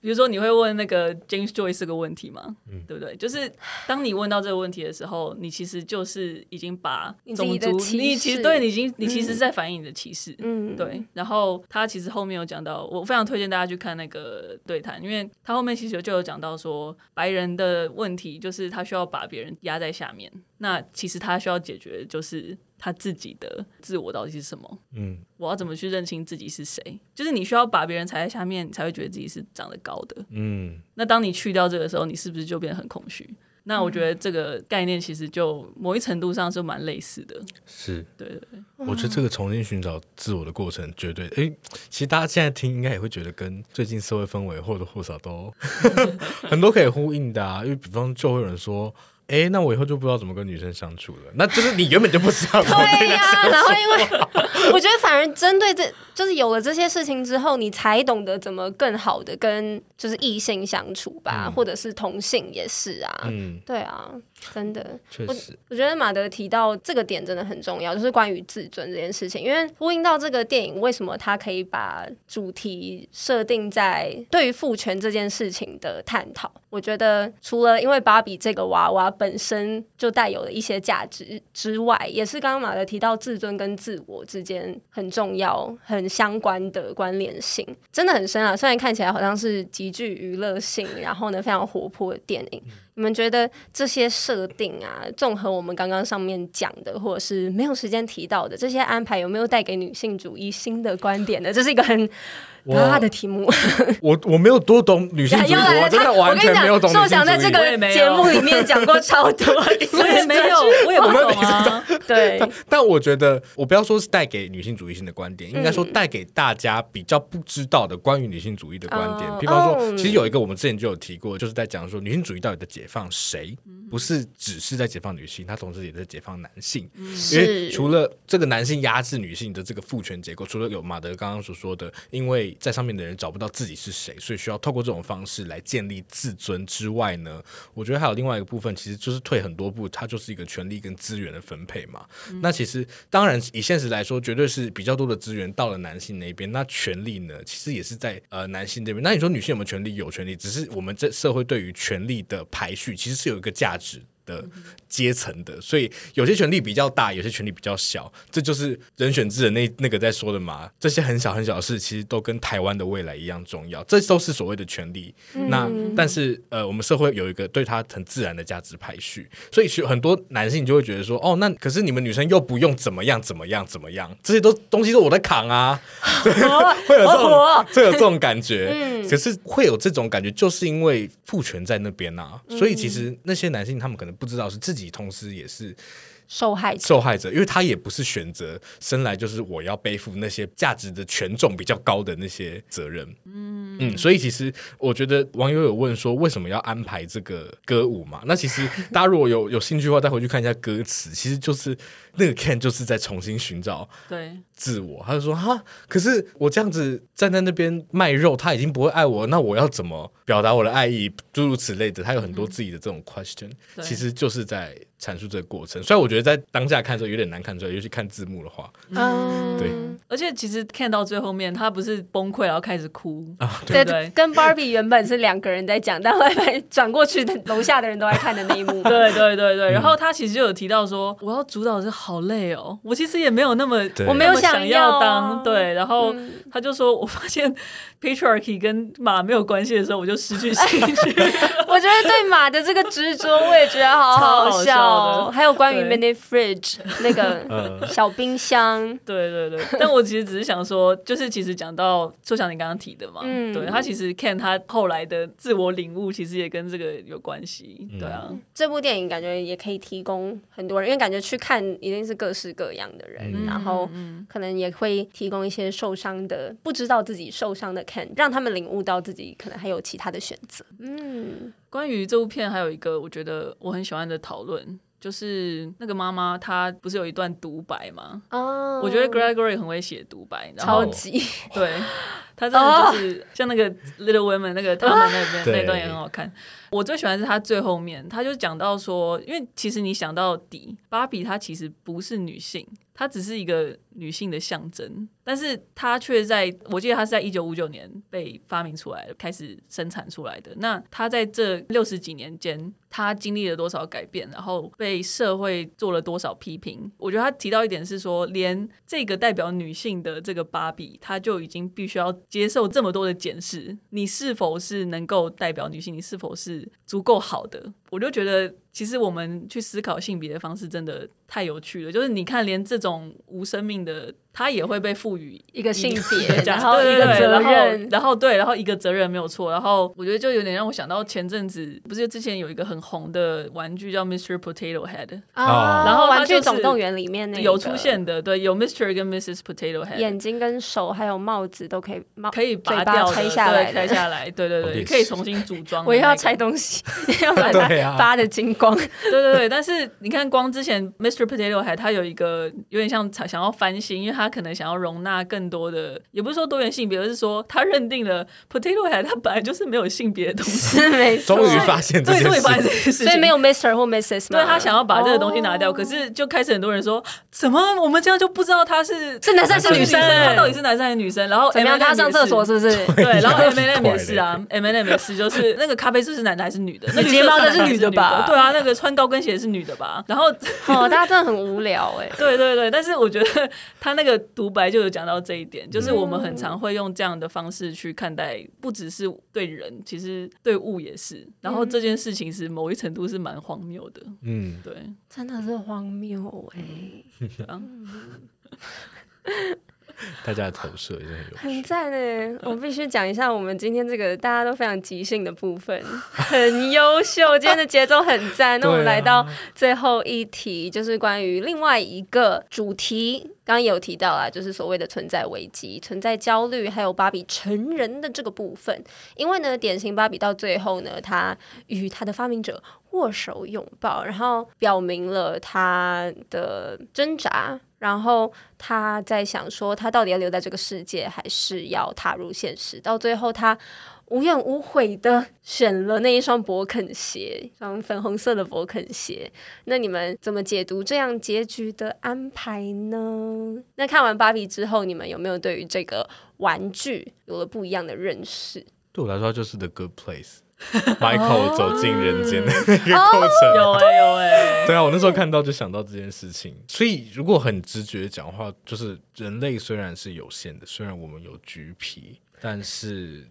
比如说你会问那个 James Joyce 这个问题吗？嗯对不对？就是当你问到这个问题的时候，你其实就是已经把你自种己的族，歧你其实视对你已经，你其实在反映你的歧视。嗯，对，然后他其实后面有讲到，我非常推荐大家去看那个对谈，因为他后面其实就有讲到说，白人的问题就是他需要把别人压在下面，那其实他需要解决的就是他自己的自我到底是什么，嗯，我要怎么去认清自己是谁，就是你需要把别人踩在下面，你才会觉得自己是长得高的。嗯，那当你去掉这个时候，你是不是就变得很空虚？那我觉得这个概念其实就某一程度上是蛮类似的，是，对对对，我觉得这个重新寻找自我的过程，绝对，诶，其实大家现在听应该也会觉得跟最近社会氛围或多或少都 很多可以呼应的啊。因为比方就会有人说，诶，那我以后就不知道怎么跟女生相处了，那就是你原本就不知道怎么对啊跟人呀、然后因为我觉得反而针对这就是有了这些事情之后，你才懂得怎么更好的跟就是异性相处吧，或者是同性也是啊。 嗯，对啊，真的，确实，我觉得马德提到这个点真的很重要，就是关于自尊这件事情，因为呼应到这个电影为什么它可以把主题设定在对于父权这件事情的探讨。我觉得除了因为芭比这个娃娃本身就带有了一些价值之外，也是刚刚马德提到自尊跟自我之间很重要、很相关的关联性，真的很深啊。虽然看起来好像是极具娱乐性，然后呢非常活泼的电影，你们觉得这些设定啊，综合我们刚刚上面讲的，或者是没有时间提到的这些安排，有没有带给女性主义新的观点呢？这是一个很大的题 目。我我没有多懂女性主义，又来我了，真的完全没有懂女受性想在这主义。我也个没有节目里面讲过超 多，我也没有，我也不懂啊。 对，但我觉得，我不要说是带给女性主义性的观点，应该嗯说带给大家比较不知道的关于女性主义的观点。哦比方说，哦其实有一个我们之前就有提过，就是在讲说女性主义到底的解解放谁，嗯不是只是在解放女性，它同时也在解放男性。因为嗯是除了这个男性压制女性的这个父权结构，除了有马德刚刚所说的，因为在上面的人找不到自己是谁，所以需要透过这种方式来建立自尊之外呢，我觉得还有另外一个部分，其实就是退很多步，它就是一个权力跟资源的分配嘛。那其实当然以现实来说，绝对是比较多的资源到了男性那边，那权力呢，其实也是在呃男性这边。那你说女性有没有权利？有权利，只是我们这社会对于权力的排序，其实是有一个价值。的阶层的，所以有些权力比较大，有些权力比较小，这就是人选之人那那个在说的嘛。这些很小很小的事，其实都跟台湾的未来一样重要，这都是所谓的权利。嗯那但是呃，我们社会有一个对它很自然的价值排序，所以其实很多男性就会觉得说，哦，那可是你们女生又不用怎么样怎么样怎么样，这些都东西都我在扛啊，会有这种、会有这种感觉。可是会有这种感觉，就是因为父权在那边啊，所以其实那些男性他们可能不知道是自己同时也是受害者。受害者，因为他也不是选择生来就是我要背负那些价值的权重比较高的那些责任。嗯所以其实我觉得网友有问说为什么要安排这个歌舞嘛？那其实大家如果有有兴趣的话，再回去看一下歌词，其实就是那个 Ken 就是在重新寻找对，自我，他就说哈，可是我这样子站在那边卖肉，他已经不会爱我，那我要怎么表达我的爱意？诸如此类的，他有很多自己的这种 question，、嗯对其实就是在阐述这个过程。虽然我觉得在当下看的时候有点难看出来，尤其看字幕 的话嗯，对而且其实看到最后面，他不是崩溃然后开始哭，啊，对对，对不对跟 Barbie 原本是两个人在讲，但后来转过去的楼下的人都在看的那一 幕。对对对对，然后他其实就有提到说，我要主导是好累哦，我其实也没有那么，对我没有那么想想要要啊当对，然后嗯他就说，我发 现 patriarchy 跟马没有关系的时候，我就失去兴趣。 我觉得对马的这个执着，我也觉得好 超好好笑笑的哦。还有关于对 mini fridge 那 呃个小冰箱，对对对，但我其实只是想说，就是其实讲到就像你刚刚提的嘛，嗯对他其实 Ken 他后来的自我领悟，其实也跟这个有关系，对啊，这部电影感觉也可以提供很多人，因为感觉去看一定是各式各样的人，嗯然后可能也会提供一些受伤的、不知道自己受伤的 Ken，让他们领悟到自己可能还有其他的选择。嗯，关于这部片，还有一个我觉得我很喜欢的讨论，就是那个妈妈她不是有一段独白吗？哦我觉得哦 Gregory 很会写独白，然后超级对 他真的就是、像那个 Little Women 那个他们那边、对那段也很好看。我最喜欢是他最后面，他就讲到说，因为其实你想到底，芭比她其实不是女性，她只是一个女性的象征，但是她却在我记得她是在一九五九年被发明出来的，开始生产出来的。那她在这六十几年间，她经历了多少改变，然后被社会做了多少批评？我觉得他提到一点是说，连这个代表女性的这个芭比，她就已经必须要接受这么多的检视，你是否是能够代表女性，你是否是足够好的？我就觉得，其实我们去思考性别的方式真的太有趣了。就是你看，连这种无生命的，它也会被赋予一个性 别对，然后对一个对对责然后任然后对，然后一个责任没有错，然后我觉得就有点让我想到前阵子不是之前有一个很红的玩具叫 Mr. Potato Head，哦然后他玩具就是总动员里面那个有出现的，对，有 Mr. 跟 Mrs. Potato Head。眼睛跟手还有帽子都可以帽可以拔嘴巴掉的拆下来对，的拆下来，对对对，也是可以重新组嗯装的那个。我又要拆东西， 要把对啊它扒的 精光。对对对，但是你看，光之前 Mr. Potato Head 他有一个有点像想要翻新，因为他可能想要容纳更多的，也不是说多元性别，而是说他认定了 Potato Head 他本来就是没有性别的东西，是没错终于发现 这 对，件终于发现这事。件事情，所以没有 Mr 或 Mrs 嘛对他想要把这个东西拿掉，哦可是就开始很多人说，怎么我们这样就不知道他是是男生还是女生，生他到底是男生还是女生？然后怎么 M 样？他上厕所是不是？对，然后 M 奇 N 怪 M 也是啊，M N M 也是，就是 那个咖啡色是男的还是女的？那个睫毛的色彩是女的吧对啊，那个穿高跟鞋是女的吧？然后 哦，大家真的很无聊哎。对对对，但是我觉得他那个独白就有讲到这一点，就是我们嗯很常会用这样的方式去看待，不只是对人，其实对物也是。然后这件事情是某一程度是蛮荒谬的，嗯，对。真的是荒谬哎、对啊大家的投射也是很有 趣。很赞嗯呢，我必须讲一下我们今天这个大家都非常即兴的部分， 很优秀。今天的节奏很 赞。那我们对啊来到最后一题，就是关于另外一个主题，刚刚也有提到啦，就是所谓的存在危机、存在焦虑，还有芭比成人的这个部分。因为呢，典型芭比到最后呢，她与她的发明者握手拥抱，然后表明了啊她的挣扎，然后她在想说，她到底要留在这个世界，还是要踏入现实？到最后，她无怨无悔的选了那一双勃肯鞋，一双粉红色的勃肯鞋。那你们怎么解读这样结局的安排呢？那看完芭比之后，你们有没有对于这个玩具有了不一样的认识？对我来说，它就是 The Good Place。Michael 走进人间的那个过程，有哎、有哎、 对啊，我那时候看到就想到这件事情，所以如果很直觉讲话，就是人类虽然是有限的，虽然我们有橘皮，但是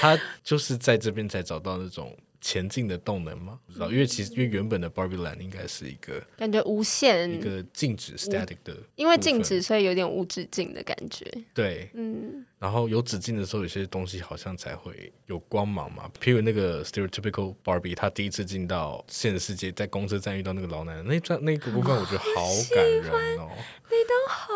他就是在这边才找到那种前进的动能吗？不知道，因为其实因为原本的 Barbie Land 应该是一个感觉无一限，个静止 static 的，因为静止，所以有点无止境的感觉。对，嗯，然后有止境的时候，有些东西好像才会有光芒嘛。譬如那个 stereotypical Barbie，她第一次进到现实世界，在公车站遇到那个老奶奶，那段那个部分我觉得好感人哦。那张好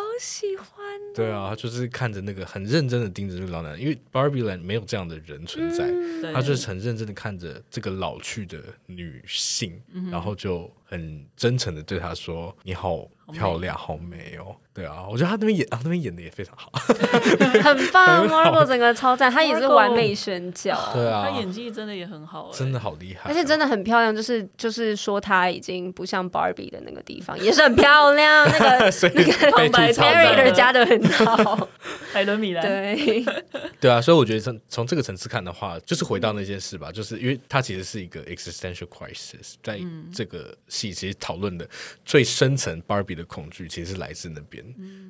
喜欢。对啊，她就是看着那个很认真的盯着这个老奶奶，因为 Barbie Land 没有这样的人存在，对嗯她就是很认真的看着这个老去的女性，嗯然后就很真诚的对她说：“你好漂亮，好美哦。”对啊，我觉得她那边演，她那边演的也非常好。很棒，Margot 整个超赞，她也是 Margot 完美选角，对啊他，演技真的也很好、哎，真的好厉害哦、而且真的很漂亮。就是就是说，她已经不像 Barbie 的那个地方，也是很漂亮。那 个 所以那个被旁白吐槽 Mary 到 Barry 的加的 很好，海伦米兰，对，对啊，所以我觉得从从这个层次看的话，就是回到那件事吧，就是因为它其实是一个 existential crisis，在这个戏其实讨论的最深层 Barbie 的恐惧其实是来自那边，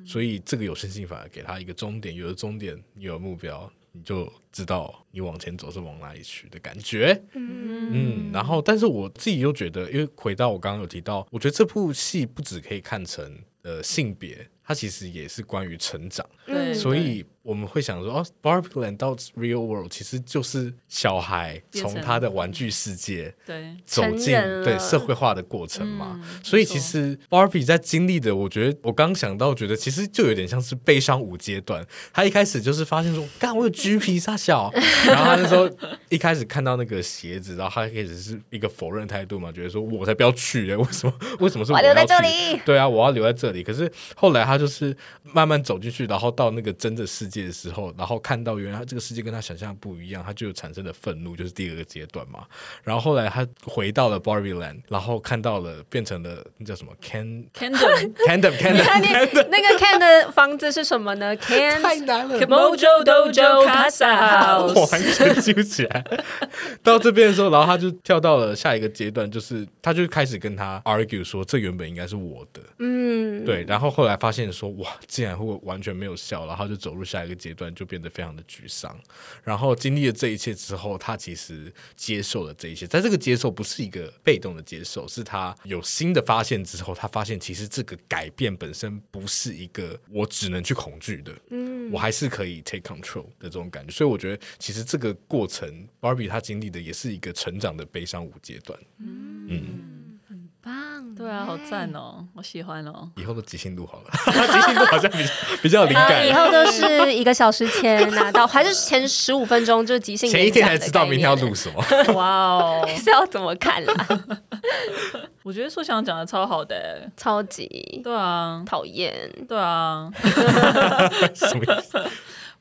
所以这个有限性反而给他一个终点，有了终点，你有了目标，你就知道你往前走是往哪里去的感觉。嗯，然后但是我自己又觉得，因为回到我刚刚有提到，我觉得这部戏不只可以看成呃性别，它其实也是关于成长。对所以我们会想说，哦，Barbie Land 到 Real World 其实就是小孩变成从他的玩具世界对走进成人了对社会化的过程嘛。嗯所以没错其实 Barbie 在经历的，我觉得我刚想到，觉得其实就有点像是悲伤五阶段。他一开始就是发现说，干我有橘皮傻 小，然后他那时候一开始看到那个鞋子，然后他一开始是一个否认态度嘛，觉得说我才不要去嘞，为什么为什么是我我要留在要这去里对啊，我要留在这里。可是后来他就是慢慢走进去，然后到那个真的世界的时候，然后看到原来他这个世界跟他想象的不一样，他就产生了愤怒，就是第二个阶段嘛。然后后来他回到了 Barbie Land，然后看到了变成了那叫什么 Can ，Candom Candom 看 Candom 你那个 Can 的房子是什么呢？Can 太难了。 Mojo Dojo Casa 我 House，完全记不起来。到这边的时候，然后他就跳到了下一个阶段，就是他就开始跟他 argue 说，这原本应该是我的，嗯，对，然后后来发现说，哇，竟然会完全没有效，然后就走入下一个阶段，就变得非常的沮丧。然后经历了这一切之后，他其实接受了这一切，在这个接受不是一个被动的接受，是他有新的发现之后，他发现其实这个改变本身不是一个我只能去恐惧的，嗯，我还是可以 take control 的这种感觉。所以我觉得，其实这个过程，Barbie 她经历的也是一个成长的悲伤五阶段。棒，对啊，好赞哦，我喜欢哦。以后都即兴录 好了，即兴录好像比比较有灵啊，感以。后都是一个小时前拿到，还是前十五分钟就即兴前一天才演讲的知道明天要概念录什么。哇哦， 是要怎么看啦？ 我觉得硕翔讲的超好的、欸，超级对啊，讨厌，对啊。什么意思？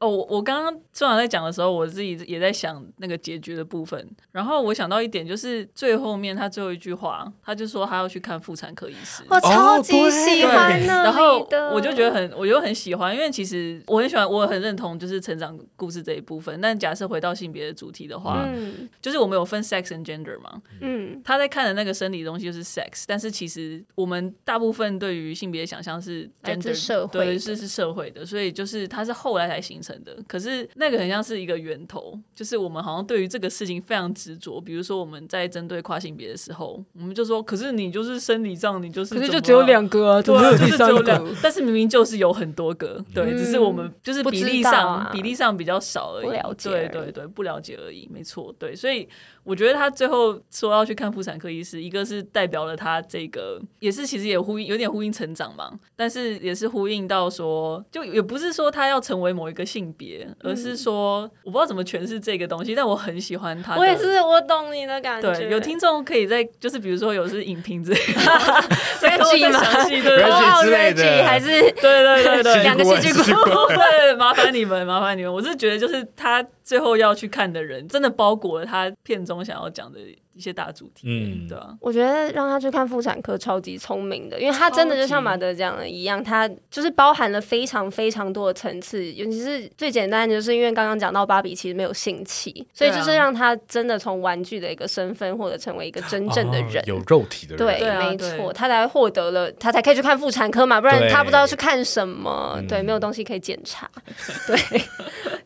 哦，我我刚刚硕翔在讲的时候，我自己也在想那个结局的部分。然后我想到一点，就是最后面他最后一句话，他就说他要去看妇产科医师。我超级哦对喜欢那然后里的我就觉得很，我就很喜欢，因为其实我很喜欢，我很认同就是成长故事这一部分。但假设回到性别的主题的话，嗯就是我们有分 sex and gender 嘛，嗯他在看的那个生理东西就是 sex，但是其实我们大部分对于性别的想象是来自 gender- 社会对，的是是社会的，所以就是它是后来才形成的。可是那个很像是一个源头，就是我们好像对于这个事情非常执着。比如说我们在针对跨性别的时候，我们就说，可是你就是生理上你就是怎么了，个啊对啊，就是只有数量，但是明明就是有很多个，对，嗯只是我们就是比例上、不知道啊比例上比较少而已，不了解而对已对对，不了解而已，没错，对，所以我觉得他最后说要去看妇产科医师，一个是代表了他这个，也是其实也呼应有点呼应成长嘛，但是也是呼应到说，就也不是说他要成为某一个性别，而是说我不知道怎么诠释这个东西，但我很喜欢他的，嗯我也是，我懂你的感觉。对，有听众可以在就是比如说有是影评之类 的，再跟我 Reggie 再吗详细对对哦对 Reggie 之类的 Reggie 还是对对对对，两个戏剧戏剧顾顾问问。对，麻烦你们，麻烦你们。我是觉得，就是他最后要去看的人，真的包裹了他片中想要讲的一些大主题。嗯对啊，我觉得让他去看妇产科超级聪明的，因为他真的就像马德讲的一样，他就是包含了非常非常多的层次，尤其是最简单的，就是因为刚刚讲到芭比其实没有性器，所以对啊就是让他真的从玩具的一个身份，或者成为一个真正的人哦。有肉体的人，对，对啊没对错，他才获得了，他才可以去看妇产科嘛，不然对他不知道去看什么，嗯对，没有东西可以检查， 对，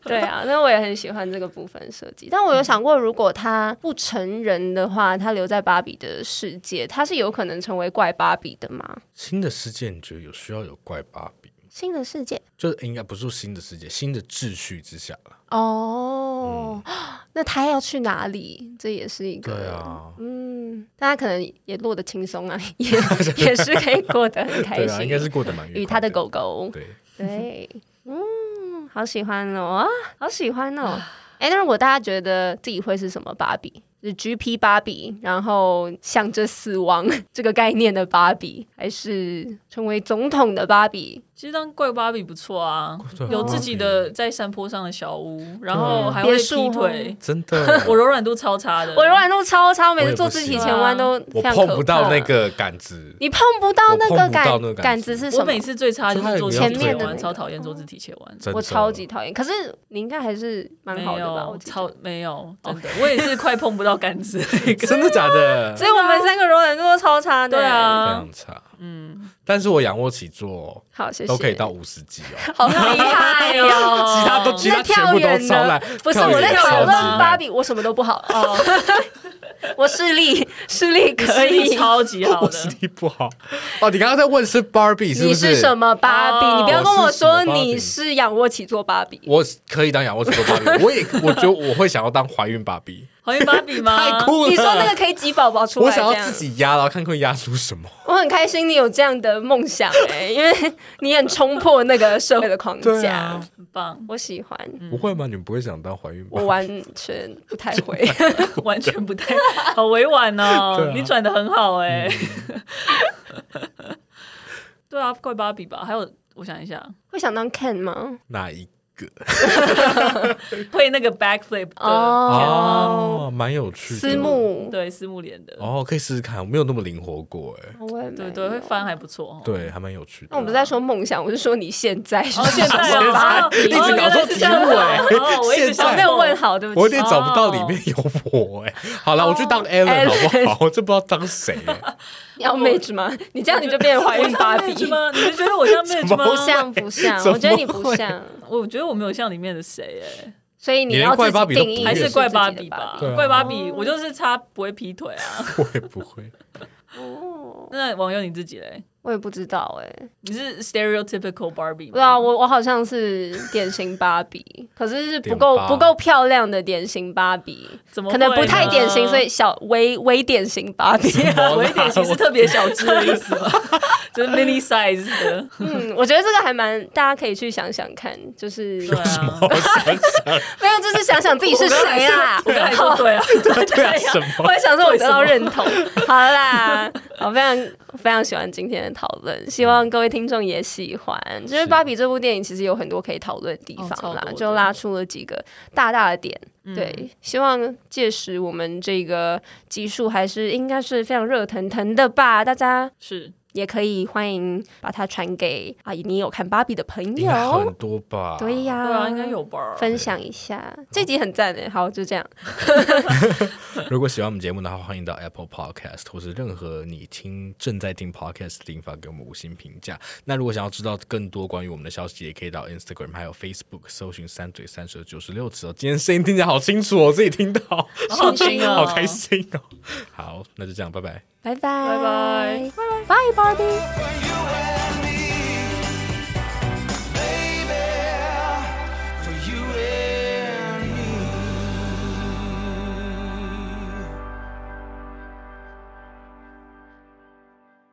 对啊，那我也很喜欢这个部分设计，但我有想过，如果他不成人的话，他留在芭比的世界，他是有可能成为怪芭比的吗？新的世界，你觉得有需要有怪芭比？新的世界就应该不是说新的世界，新的秩序之下了。哦， 那他要去哪里？这也是一个，嗯对啊，嗯，大家可能也落得轻松啊，也 也是可以过得很开对啊，应该心。是过得蛮愉快。与他的，狗狗，对， 对，嗯，好喜欢哦，啊，好喜欢 哦。哎，那如果大家觉得自己会是什么芭比？是 GP 芭比，然后向着死亡这个概念的芭比，还是成为总统的芭比？其实当怪芭比不错啊，对有自己的在山坡上的小屋，然后还别会墅劈哦腿。真 的 ，我柔软度超差的，啊我永远都超超，每我次也做不肢行体前弯都我非常可怕。碰不到那，个杆子，你碰不到那我碰个不杆到那个杆杆子子是什我么？每次最差就是做前肢体切面的那弯，个超讨厌做肢体切弯。真的我超级讨厌，可是你应该还是蛮没好的吧？有我，记得超没有，真的，我也是快碰不到杆子那 个。真的假的？所以我们三个柔软度都超差的。对，非啊，常差。嗯，但是我仰卧起坐哦好，谢谢。都可以到五十级 哦，好厉 哎害哦哟、其他都其那他全跳部都远超呢烂，？不是跳远我在讨超级论烂芭比，我什么都不好哦。 我视力视力可视力以，超级好我的， 视力不好。哦，你刚刚在问是 Barbie 是你不是什么芭比？哦你不要跟我我说是什么芭比你是仰卧起坐芭比。我可以当仰卧起坐芭 比，我也我觉得我会想要当怀孕芭比，好像芭比吗？太酷了。啊你说那个可以挤宝宝出我来，这想样要自己压，然后看会压出什么。我很开心你有这样的梦想哎、因为 你很冲破那个社会的框对架。啊很棒，我喜欢，不会吗？你们不会想当怀孕芭我比？完全不太会。 完全不太好委婉哦对，啊你转的很好哎。嗯 对啊，怪芭比吧，还有我想一下，会想当 Ken 吗？哪一个？会那个 backflip 的，哦，，蛮有趣的。私募，对，私募脸的，哦，可以试试看，我没有那么灵活过哎。我也没对有对，会翻还不错哦。对，还蛮有趣的。那我不是在说梦想，我是说你现在是哦，现 在什么哦吧哦，一直搞错题目哎哦，我一直现在想没有问好，对不起。我有点找不到里面有我哎、哦好了，我去当 Alan 好不好？ 我真不知道当谁、啊欸，你 要 match 吗？你这样你就变怀孕芭比我，像 Midge 吗？你们觉 得我像 Midge 怎么不吗？像不像？怎么我觉得你不像，我觉得我没有像里面的谁哎，所以你连要自怪芭己比都定义不还是自己怪的芭芭比吧对？啊怪芭比，我就是差不会劈腿啊。我也不会。哦，那网友你自己嘞？我也不知道哎，你是 stereotypical Barbie 吗？对啊，我我好像是典型芭比，可是是不典够芭不够漂亮的典型芭比，怎么可能会不太呢典嗯型，所以小微微典型 芭比。 我一典型是特别小只的意思吗？就是 mini size 的，嗯，我觉得这个还蛮，大家可以去想想看，就是对啊。我想想，没有，就是想想自己是谁啊。我刚才说 对啊，对啊，什我么？也想说，我得到认同。好啦，我非常我非常喜欢今天的讨论，希望各位听众也喜欢。就是《芭比》这部电影其实有很多可以讨论的地哦超方啦，多的就拉出了几个大大的点。对，希望届时我们这个集数还是应该是非常热腾腾的吧，大家。是也可以欢迎把它传给啊，你有看芭比的朋应该友很，多吧？对呀、对啊，应该有吧？分享一下，这集很赞诶。好，就这样，如果喜欢我们节目的话，欢迎到 Apple Podcast 或是任何你听正在听 Podcast 的地方给我们五星评价。那如果想要知道更多关于我们的消息，也可以到 Instagram 还有 Facebook 搜寻“三嘴三舌九十六尺”哦。今天声音听起来好清楚哦，我自己听到，好好听啊哦好开心哦。好，那就这样，拜拜。拜拜，拜拜，拜拜，芭比。 for you and